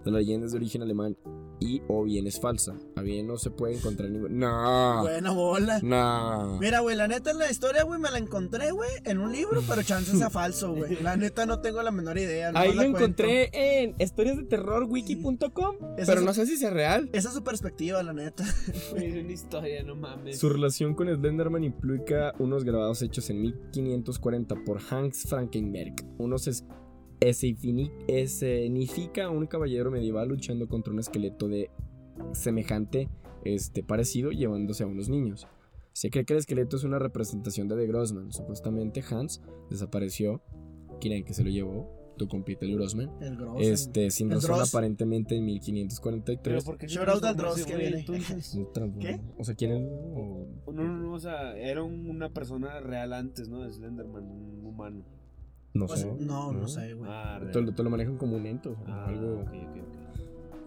la leyenda es de origen alemán y o bien es falsa a bien no se puede encontrar ningún no
Buena bola.
no
Mira, güey, la neta la historia, güey, me la encontré, güey, en un libro, pero chance sea falso, güey. La neta no tengo la menor idea. nomás
Ahí lo
la cuento.
encontré en historiasdeterrorwiki.com,
Esa
pero
es-
no sé si sea real.
Esa es su perspectiva, la neta.
Güey, Es una historia, no mames.
Su relación con Slenderman implica unos grabados hechos en 1540 por Hans Frankenberg. Unos es- esceni- escenifica a un caballero medieval luchando contra un esqueleto de semejante este, parecido llevándose a unos niños. Se cree que el esqueleto es una representación de The Grossman. Supuestamente Hans desapareció. ¿Quieren que se lo llevó? Tu compite el Grossman.
El grosso.
Este, sin
El
razón,
Dross.
aparentemente en
Pero
1543.
porque
Shout out al Dross que viene.
Un transform-
¿Qué?
O sea, ¿quién es? O-
No, no, no, o sea, era un- una persona real antes, ¿no? De Slenderman, un humano.
No
Pues,
sé.
no, no sé, güey.
Ah, real.
Te lo, te lo manejan como un ente, o sea,
Ah,
algo.
ok, ok, ok.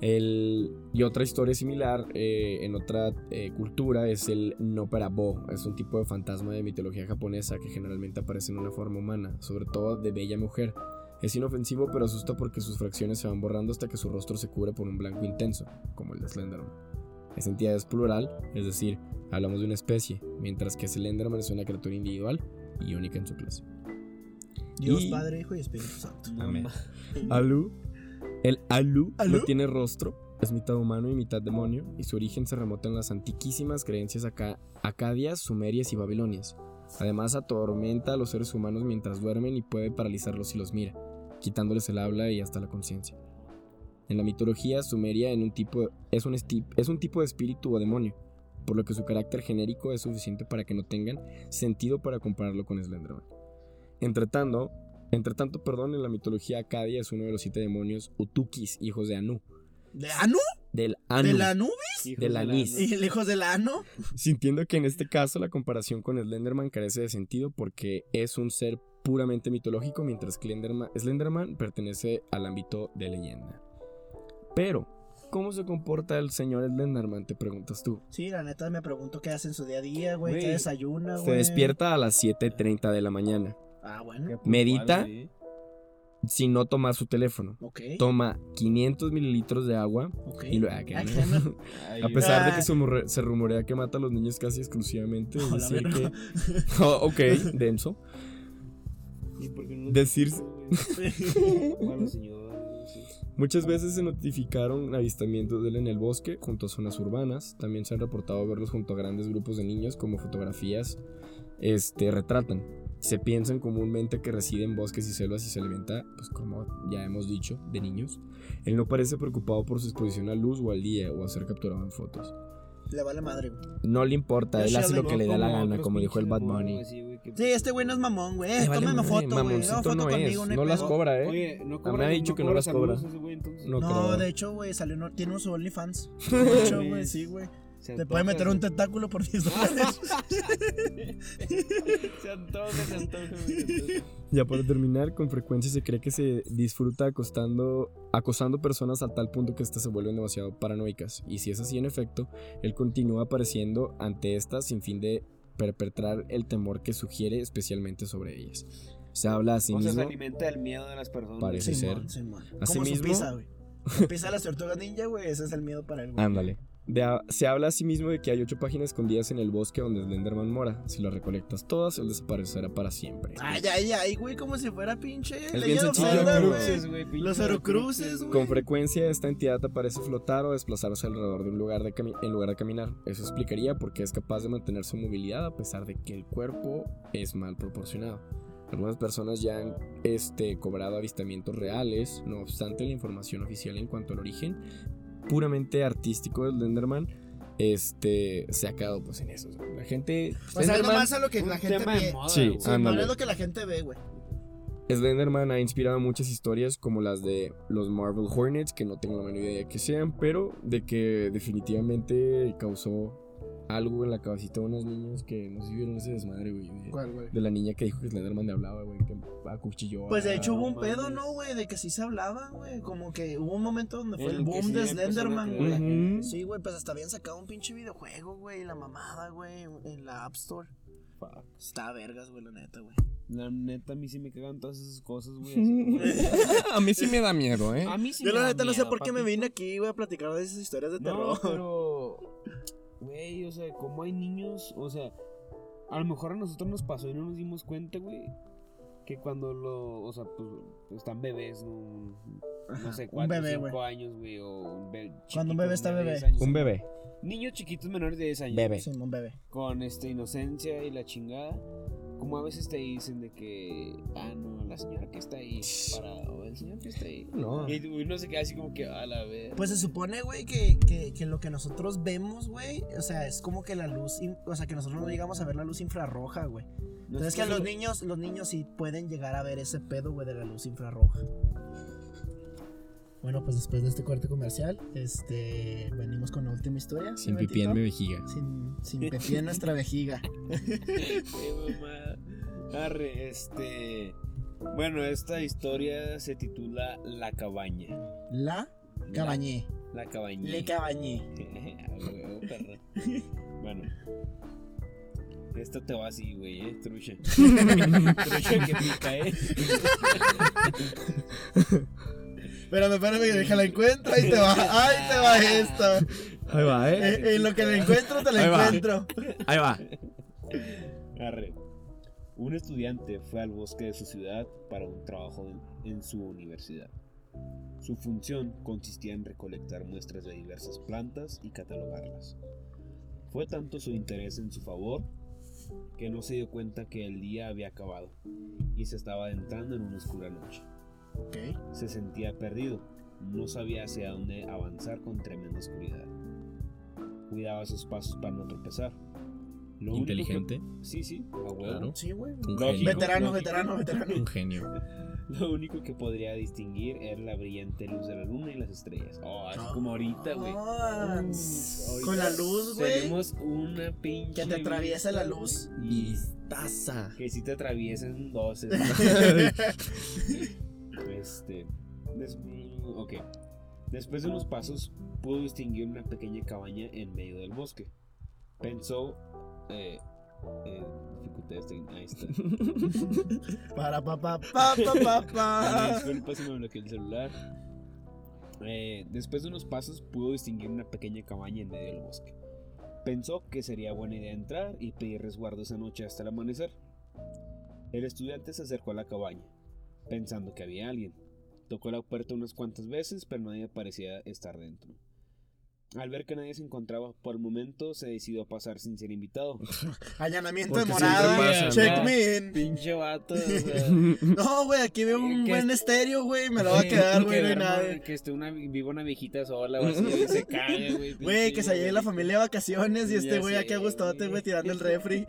El, y otra historia similar eh, en otra eh, cultura es el Noperabo. Es un tipo de fantasma de mitología japonesa que generalmente aparece en una forma humana, sobre todo de bella mujer. Es inofensivo pero asusta porque sus fracciones se van borrando hasta que su rostro se cubre por un blanco intenso, como el de Slenderman. Esta entidad es plural, es decir, hablamos de una especie, mientras que Slenderman es una criatura individual y única en su clase.
Dios
y-
Padre, Hijo y Espíritu Santo.
No
Amén.
mames.
Alu. El Alu,
¿Alu?
no tiene rostro, es mitad humano y mitad demonio, y su origen se remonta en las antiquísimas creencias aca- acadias, sumerias y babilonias. Además, atormenta a los seres humanos mientras duermen y puede paralizarlos si los mira, quitándoles el habla y hasta la conciencia. En la mitología sumeria en un tipo, es, un esti- es un tipo de espíritu o demonio, por lo que su carácter genérico es suficiente para que no tengan sentido para compararlo con Slenderman. Entretanto, entre tanto, perdón, en la mitología acadia es uno de los siete demonios Utukis, hijos de Anu.
¿De Anu?
Del Anu.
¿De la nube?
Hijos
Del
la-
anís.
¿Y lejos del ano?
Sintiendo que en este caso la comparación con Slenderman carece de sentido porque es un ser puramente mitológico, mientras que Slenderman, Slenderman pertenece al ámbito de leyenda. Pero, ¿cómo se comporta el señor Slenderman? Te preguntas tú.
Sí, la neta me pregunto qué hace en su día a día, güey. ¿Qué
Güey,
Ah,
desayuna, güey?
Se despierta a las 7.30 de la mañana.
Ah,
Qué
bueno.
puntual,
Medita.
güey.
si no tomas su teléfono.
Ok.
Toma 500 mililitros de agua
ok.
y luego... ah, que
Ah,
no.
que no.
Ahí-
A pesar de
Ah.
que se, morre- se rumorea que mata a los niños casi exclusivamente. es
A la
decir
verga.
que- Oh, ok, denso.
¿Y por qué no nos
decir-
dijo, güey? Bueno, señor, sí.
Muchas veces se notificaron avistamientos de él en el bosque, junto a zonas urbanas. También se han reportado verlos junto a grandes grupos de niños, como fotografías este, retratan. Se piensan comúnmente que reside en bosques y selvas y se alimenta, pues como ya hemos dicho, de niños. Él no parece preocupado por su exposición a luz o al día o a ser capturado en fotos.
Le vale madre, güey.
No le importa,
Ya
él
se
hace lo
arregló
que le da la
Como
gana,
otros
como dijo el Bad
pinches
Bunny.
morros, güey, que-
Sí, este güey no es mamón, güey. Eh,
Le vale
tómame
madre,
foto, güey. No,
mamoncito
foto
no es,
conmigo, no hay
no las
pedo.
cobra, ¿eh?
Oye, no
me ha
cobra.
dicho que no las cobra. No,
No,
creo.
de hecho, güey, salió uno, tiene un su OnlyFans. De hecho, güey, sí, güey. Te puede meter un tentáculo por 10 dólares.
Se antoja, se antoja, güey, se antoja.
Ya para terminar, con frecuencia se cree que se disfruta acostando, acosando personas a tal punto que éstas se vuelven demasiado paranoicas. Y si es así, en efecto, él continúa apareciendo ante estas sin fin de perpetrar el temor que sugiere especialmente sobre ellas. Se habla a sí
O sea, se
mismo.
alimenta del miedo de las personas.
Parece.
Sí.
Simón,
ser.
Simón.
Así
Como su
mismo-
pizza, güey. La Pizza de las tortugas ninja, güey. Ese es el miedo para él, güey.
Ándale. De a- se habla a sí mismo de que hay ocho páginas escondidas en el bosque donde Slenderman mora. Si las recolectas todas, él desaparecerá para siempre.
Ay, ay, ay, güey, como si fuera pinche.
bien
Legend of
sencillo,
Zelda,
güey.
güey. Los Horocruces, güey.
Con frecuencia esta entidad aparece flotar o desplazarse alrededor de un lugar de cami- en lugar de caminar. Eso explicaría por qué es capaz de mantener su movilidad a pesar de que el cuerpo es mal proporcionado. Algunas personas ya han este, cobrado avistamientos reales, no obstante la información oficial en cuanto al origen puramente artístico del Slenderman este, se ha quedado pues en eso. La gente...
O sea, nomás a lo que la gente
Este tema de
ve.
moda,
Sí,
güey.
Sí,
Ándale.
no es lo que la gente ve, güey.
Slenderman ha inspirado muchas historias como las de los Marvel Hornets, que no tengo la menor idea de que sean, pero de que definitivamente causó algo en la cabecita de unos niños que no se vieron ese desmadre, güey. de- De la niña que dijo que Slenderman le hablaba, güey, que acuchilló. a-
Pues de hecho hubo un
no
pedo,
mames.
¿no, güey? De que sí se hablaba, güey. Como que hubo un momento donde fue
En
el
que sí
boom de
empezaron a
Slenderman,
creer
Ujú.
güey.
la gente.
Sí, güey, pues hasta habían sacado un pinche videojuego, güey, la mamada, güey, en la App Store.
Fuck.
Está vergas, güey, la neta, güey.
La neta, a mí sí me cagan todas esas cosas, güey. así, güey.
a mí sí me da miedo, ¿eh?
A mí sí
Yo
me
la
da
neta no sé
miedo,
por qué me
papito.
vine aquí, güey, a platicar de esas historias de
No,
terror.
pero. Güey, o sea, como hay niños, o sea, a lo mejor a nosotros nos pasó y no nos dimos cuenta, güey. Que cuando lo. O sea, pues están bebés, ¿no? No sé,
un
cuatro,
bebé,
cinco años, güey. O un bebé.
Cuando un bebé está bebé.
Un bebé.
Niños chiquitos menores de 10 años.
Bebé.
Sí, un bebé.
Con esta inocencia y la chingada. Como a veces te dicen de que. Ah, no, la señora que está ahí. Para, o el señor que está ahí.
No.
Y uno se queda así como que a la vez.
Pues se supone, güey, que, que, que lo que nosotros vemos, güey, o sea, es como que la luz, in- o sea, que nosotros no llegamos a ver la luz infrarroja, güey. Entonces que los niños, los niños sí pueden llegar a ver ese pedo, güey, de la luz infrarroja. Bueno, pues después de este corte comercial, este, venimos con la última historia.
Sin
¿sí,
pipí en mi
Betito?
vejiga.
Sin, sin pipí en nuestra vejiga.
Eh, mamá. Arre, este. Bueno, esta historia se titula La cabaña.
La cabañé.
La, la cabaña.
Le cabañé.
Ah, huevo, perro. bueno. Esto te va así, güey, eh, trucha. trucha que pica, eh.
Espérame, espérame, que deja la encuentro. Ahí te va, ahí te va esto.
Ahí va, eh.
En, en lo que la encuentro, te la
Ahí va.
encuentro.
Ahí va.
Arre. Un estudiante fue al bosque de su ciudad para un trabajo en, en su universidad. Su función consistía en recolectar muestras de diversas plantas y catalogarlas. Fue tanto su interés en su favor que no se dio cuenta que el día había acabado y se estaba adentrando en una oscura noche.
Ok.
Se sentía perdido, no sabía hacia dónde avanzar con tremenda oscuridad. Cuidaba sus pasos para no tropezar. Lo único que-
Inteligente.
Sí, sí, a huevo.
Claro.
Sí, güey.
Un
Lógico.
genio.
Veterano, veterano, veterano.
Un genio.
Lo único que podría distinguir era la brillante luz de la luna y las estrellas. Oh, así como ahorita, güey.
Ah,
Uh,
Con la
ahorita
luz, güey.
Tenemos una pinche.
Que te atraviesa la
vista,
luz.
güey,
Y
Y
taza.
que si te atraviesan dos. este. des- ok. Después de unos pasos, pudo distinguir una pequeña cabaña en medio del bosque. Pensó eh,
Eh, dificultades técnicas. Ahí está.
Para pa pa pa pa pa
Una
pa.
disculpa si me bloqueé el celular. Eh, después de unos pasos pudo distinguir una pequeña cabaña en medio del bosque. Pensó que sería buena idea entrar y pedir resguardo esa noche hasta el amanecer. El estudiante se acercó a la cabaña, pensando que había alguien. Tocó la puerta unas cuantas veces, pero nadie parecía estar dentro. Al ver que nadie se encontraba por el momento, se decidió a pasar sin ser invitado.
Allanamiento de
Porque
morada.
siempre pasa,
Check
¿no?
me in.
Pinche vato.
No, güey, aquí veo un
¿Qué?
buen estéreo, güey. Me lo va a quedar, güey, no hay nada.
Que esté una, viva una viejita sola o así, y se cae, güey.
Güey, que se llegue la familia de vacaciones y
Ya
este güey aquí a
sé.
gustote, güey, tirando el refri.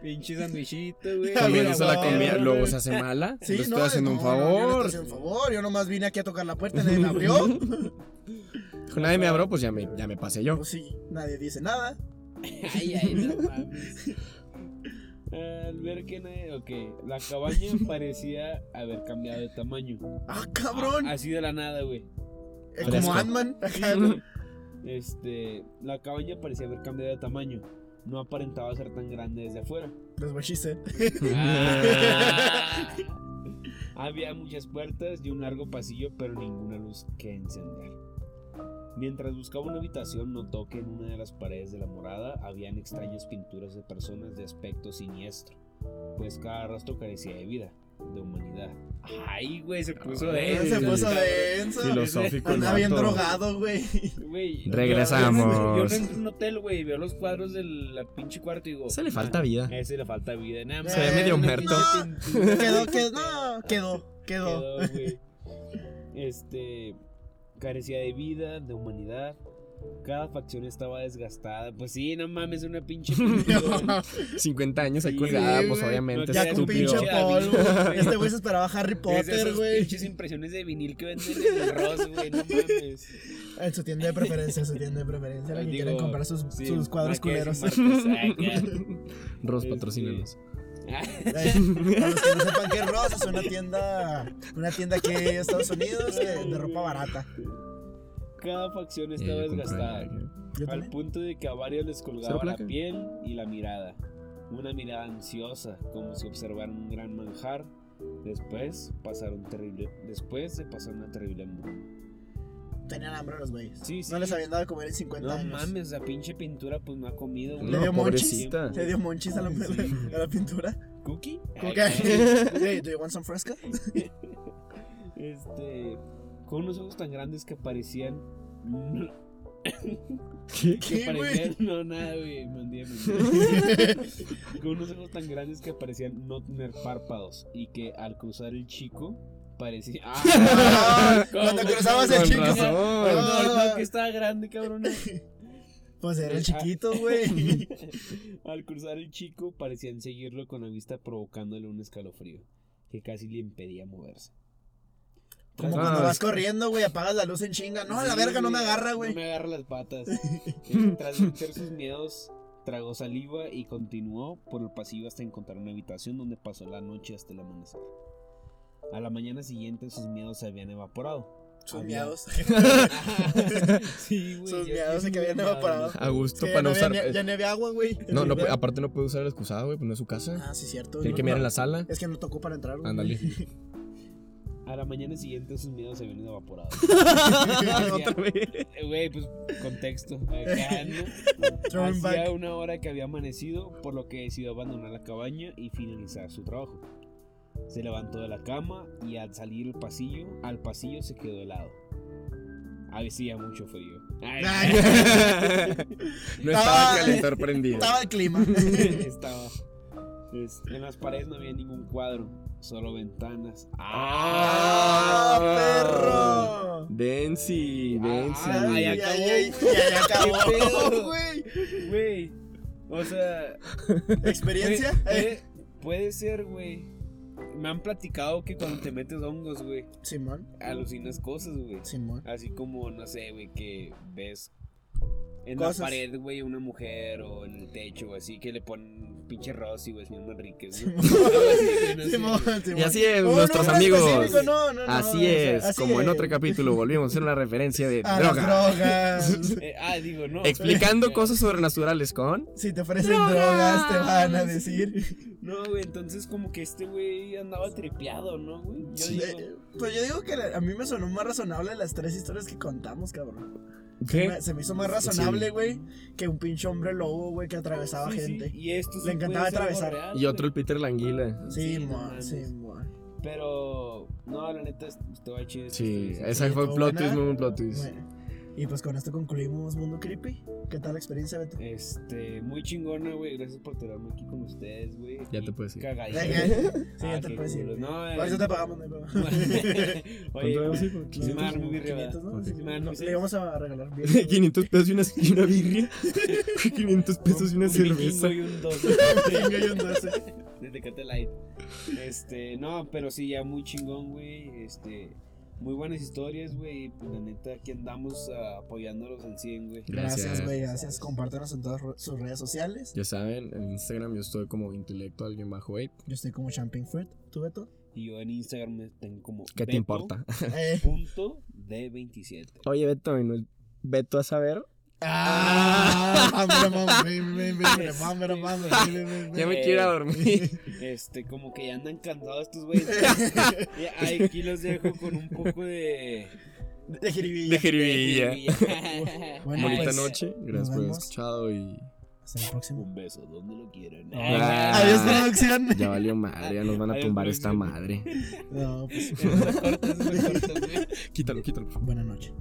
Pinche sandwichito, güey.
También
Mira,
no se la
güey,
comía,
güey.
luego se hace mala.
Sí,
le
no,
estoy haciendo un
no, no, yo no estoy
favor.
haciendo un favor. Yo nomás vine aquí a tocar la puerta, nadie me abrió.
Dijo, Nadie me abrió, pues ya me, ya me pasé yo.
Pues sí, nadie dice nada.
Ay, ay, no mames. Al ver que nadie. Ok, la cabaña parecía haber cambiado de tamaño.
¡Ah, cabrón!
A- así de la nada, güey.
Eh,
fresco.
como Ant-Man. acá,
Este. La cabaña parecía haber cambiado de tamaño. No aparentaba ser tan grande desde afuera.
Los bochices. Ah.
Había muchas puertas y un largo pasillo, pero ninguna luz que encender. Mientras buscaba una habitación, notó que en una de las paredes de la morada habían extrañas pinturas de personas de aspecto siniestro, pues cada rastro carecía de vida, de humanidad. Ay, güey, se puso
Eh,
Ah, Se puso
de-
denso.
Filosófico. el
Andaba bien
vato.
drogado, güey.
Güey,
Regresamos.
Yo, no- yo no entro en un hotel, güey, veo los cuadros del la pinche cuarto y digo.
Se le falta vida.
"Ah,
eh,
Ese le falta vida, nada más.
Se ve medio
Una
muerto.
pinche pintura.
Quedó, quedó. No, quedó, quedó.
quedó, güey. Este carecía de vida, de humanidad. Cada facción estaba desgastada. Pues sí, no mames, una pinche pintura.
50 años ahí
Sí,
colgada, pues
güey.
obviamente
Ya con
estúpido.
pinche polvo. Este güey se esperaba Harry
Es de
Potter,
esas
güey.
pinches impresiones de vinil que venden en el Ross, güey, no mames.
En su tienda de preferencia, su tienda de preferencia. Alguien
Digo,
quieren comprar sus,
sí,
sus cuadros
marcas
culeros.
y marcas, ah,
Ros,
Este-
patrocínanos.
ya.
Eh, Para los que no sepan que Ross es una tienda, una tienda aquí en Estados Unidos que- de ropa barata.
Cada facción
Ya,
estaba
ya Eh, compré
desgastada.
la-
Yo
Al
también.
punto de que a varios les colgaba la
placa?
piel y la mirada. Una mirada ansiosa, como si observaran un gran manjar. Después pasaron terrible. Después se pasó una terrible hambruna.
Tenían hambre los güeyes.
Sí, sí.
No les habían dado de comer en 50
No
años.
mames, la pinche pintura pues no ha comido. güey.
Le dio
No,
monchis.
pobrecita.
Se dio monchis a la,
Sí.
a la pintura.
¿Cookie?
Como que,
Ay, cabrón.
"Hey, do you want some fresca?
este. Con unos ojos tan grandes que parecían.
¿Qué?
que
¿Qué, güey?
parecían. No, nada, güey. Me hundí, me hundí. Con unos ojos tan grandes que parecían no tener párpados. Y que al cruzar el chico parecía.
Ah,
¿Cómo?
cuando cruzabas el
Con
chico.
Pero
razón.
no, ahorita que estaba grande, cabrón.
Pues
Ah.
era el chiquito, güey.
Al cruzar el chico, parecían seguirlo con la vista, provocándole un escalofrío que casi le impedía moverse.
Como
Ah,
cuando
es
vas
que-
corriendo, güey, apagas la luz en chinga. No, la
Sí,
verga no me agarra, güey.
No me agarra las patas. Eh, Tras vencer sus miedos, tragó saliva y continuó por el pasillo hasta encontrar una habitación donde pasó la noche hasta el amanecer. A la mañana siguiente, sus miedos se habían evaporado.
Sus
Había-
miados.
sí, güey.
Sus
yo- yo
miados
sí
de que
me
habían
miado,
evaporado.
A gusto
Que
para
no
no
había
usar. eh,
ni- Ya no había agua, güey.
No, no, pu- aparte no puede usar el excusado, güey, pues no es su casa.
Ah, sí, cierto.
Tiene
no,
que mirar en
no.
la sala.
Es que no tocó para entrar, güey.
Ándale.
A la mañana siguiente sus miedos se habían evaporado.
Otra vez.
Eh, Güey, pues contexto. Acá, ¿no?
Throwing
Hacía
back.
una hora que había amanecido, por lo que decidió abandonar la cabaña y finalizar su trabajo. Se levantó de la cama y al salir al pasillo, al pasillo se quedó helado. Hacía mucho frío. Ay,
Ay.
No estaba
Estaba-
el calentor prendido.
Estaba el clima.
estaba. Es- en las paredes no había ningún cuadro, solo ventanas. Ah,
Ah,
¡Ah, perro!
Densi, Densi.
Ah, ya
Y
acabó.
ahí- y ahí
¿Qué
acabó,
pedo?
güey.
Güey, o sea,
Experiencia.
Puede,
Eh,
puede- puede ser, güey. Me han platicado que cuando te metes hongos, güey,
Simón,
alucinas cosas, güey.
Simón.
Así como, no sé, güey, que ves en
Cosas.
la pared, güey, una mujer o en el techo, así que le ponen
pinche Rosy, güey, señor Manríquez. ¿no?
Simón, Simón.
Y así es,
Oh, no,
nuestros
no,
amigos.
específico, no, no, no,
así
o sea,
es,
así
como en
es.
otro capítulo volvimos a hacer una referencia de
A Ah, las
droga.
drogas.
Eh, ah, digo, no.
Explicando cosas sobrenaturales con.
si te ofrecen drogas, te van a decir.
No, güey, entonces como que este güey andaba tripeado, ¿no, güey? Yo
Sí.
digo,
Pues yo digo que la- a mí me sonó más razonable las tres historias que contamos, cabrón.
¿Qué?
Me- Se me hizo más
Sí.
razonable, güey, que un pinche hombre lobo, güey, que atravesaba
sí, sí,
gente.
y esto sí
Le encantaba
puede ser algo
atravesar.
real,
Y otro el Peter Languila.
güey.
Sí,
no
mon,
mames.
sí, mon.
Pero, no, la neta, estaba chido.
Sí,
Este,
esa
sí,
fue
todo
plot
buena.
twist, muy buen plot twist.
Bueno, Y pues con esto concluimos Mundo Creepy. ¿Qué tal la experiencia, Beto?
Este, muy chingona, güey. Gracias por tenerme aquí con ustedes, güey.
Ya
Y
te puedes ir.
Cagadito.
Sí,
Ah,
ya te
qué
puedes ir.
culo. No, eh.
Por eso te pagamos, ¿no?
Oye,
¿Cuánto debemos ir?
sí, me armo mi
500,
rival.
¿no?
Ok.
Sí,
Me armo
no,
mi
Le vamos a regalar bien.
500 pesos y una, y una birria. 500 pesos y una
Un
cerveza.
vikingo y un dos. Desde Cate Light. Este, no, pero sí, ya muy chingón, güey. Este, muy buenas historias, güey. Y pues la neta, aquí andamos ah, apoyándolos al 100, güey.
Gracias,
Gracias.
güey, gracias. Compártanos en todas ru- sus redes sociales.
Ya saben, en Instagram yo estoy como intelectual alguien bajo ape.
Yo estoy
Eh.
como Champagne Fruit. ¿Tú, Beto?
Y yo en Instagram me tengo como.
¿Qué te
Beto
importa?
Eh.
Punto D27.
Oye, Beto, ¿y no es Beto a saber.
Ah, vámonos, vámonos, ven, ven, ven,
Este.
vámonos, vámonos, ven, ven, ven,
Eh, Ya
ven.
me quiero ir a dormir.
Este, como que ya andan cansados estos güeyes. Y aquí los dejo con un poco de.
De jiribilla.
De jeribilla.
Bueno,
Bonita
pues,
noche.
nos
Gracias por haber
vemos.
escuchado y.
Hasta el próximo.
Un beso, donde lo quieran.
Ah.
Adiós, producción.
Ya valió madre, ya nos van a
Adiós,
tumbar esta
producción.
madre.
No, pues,
Cortas, güey, cortas, güey.
Quítalo, quítalo.
buena noche.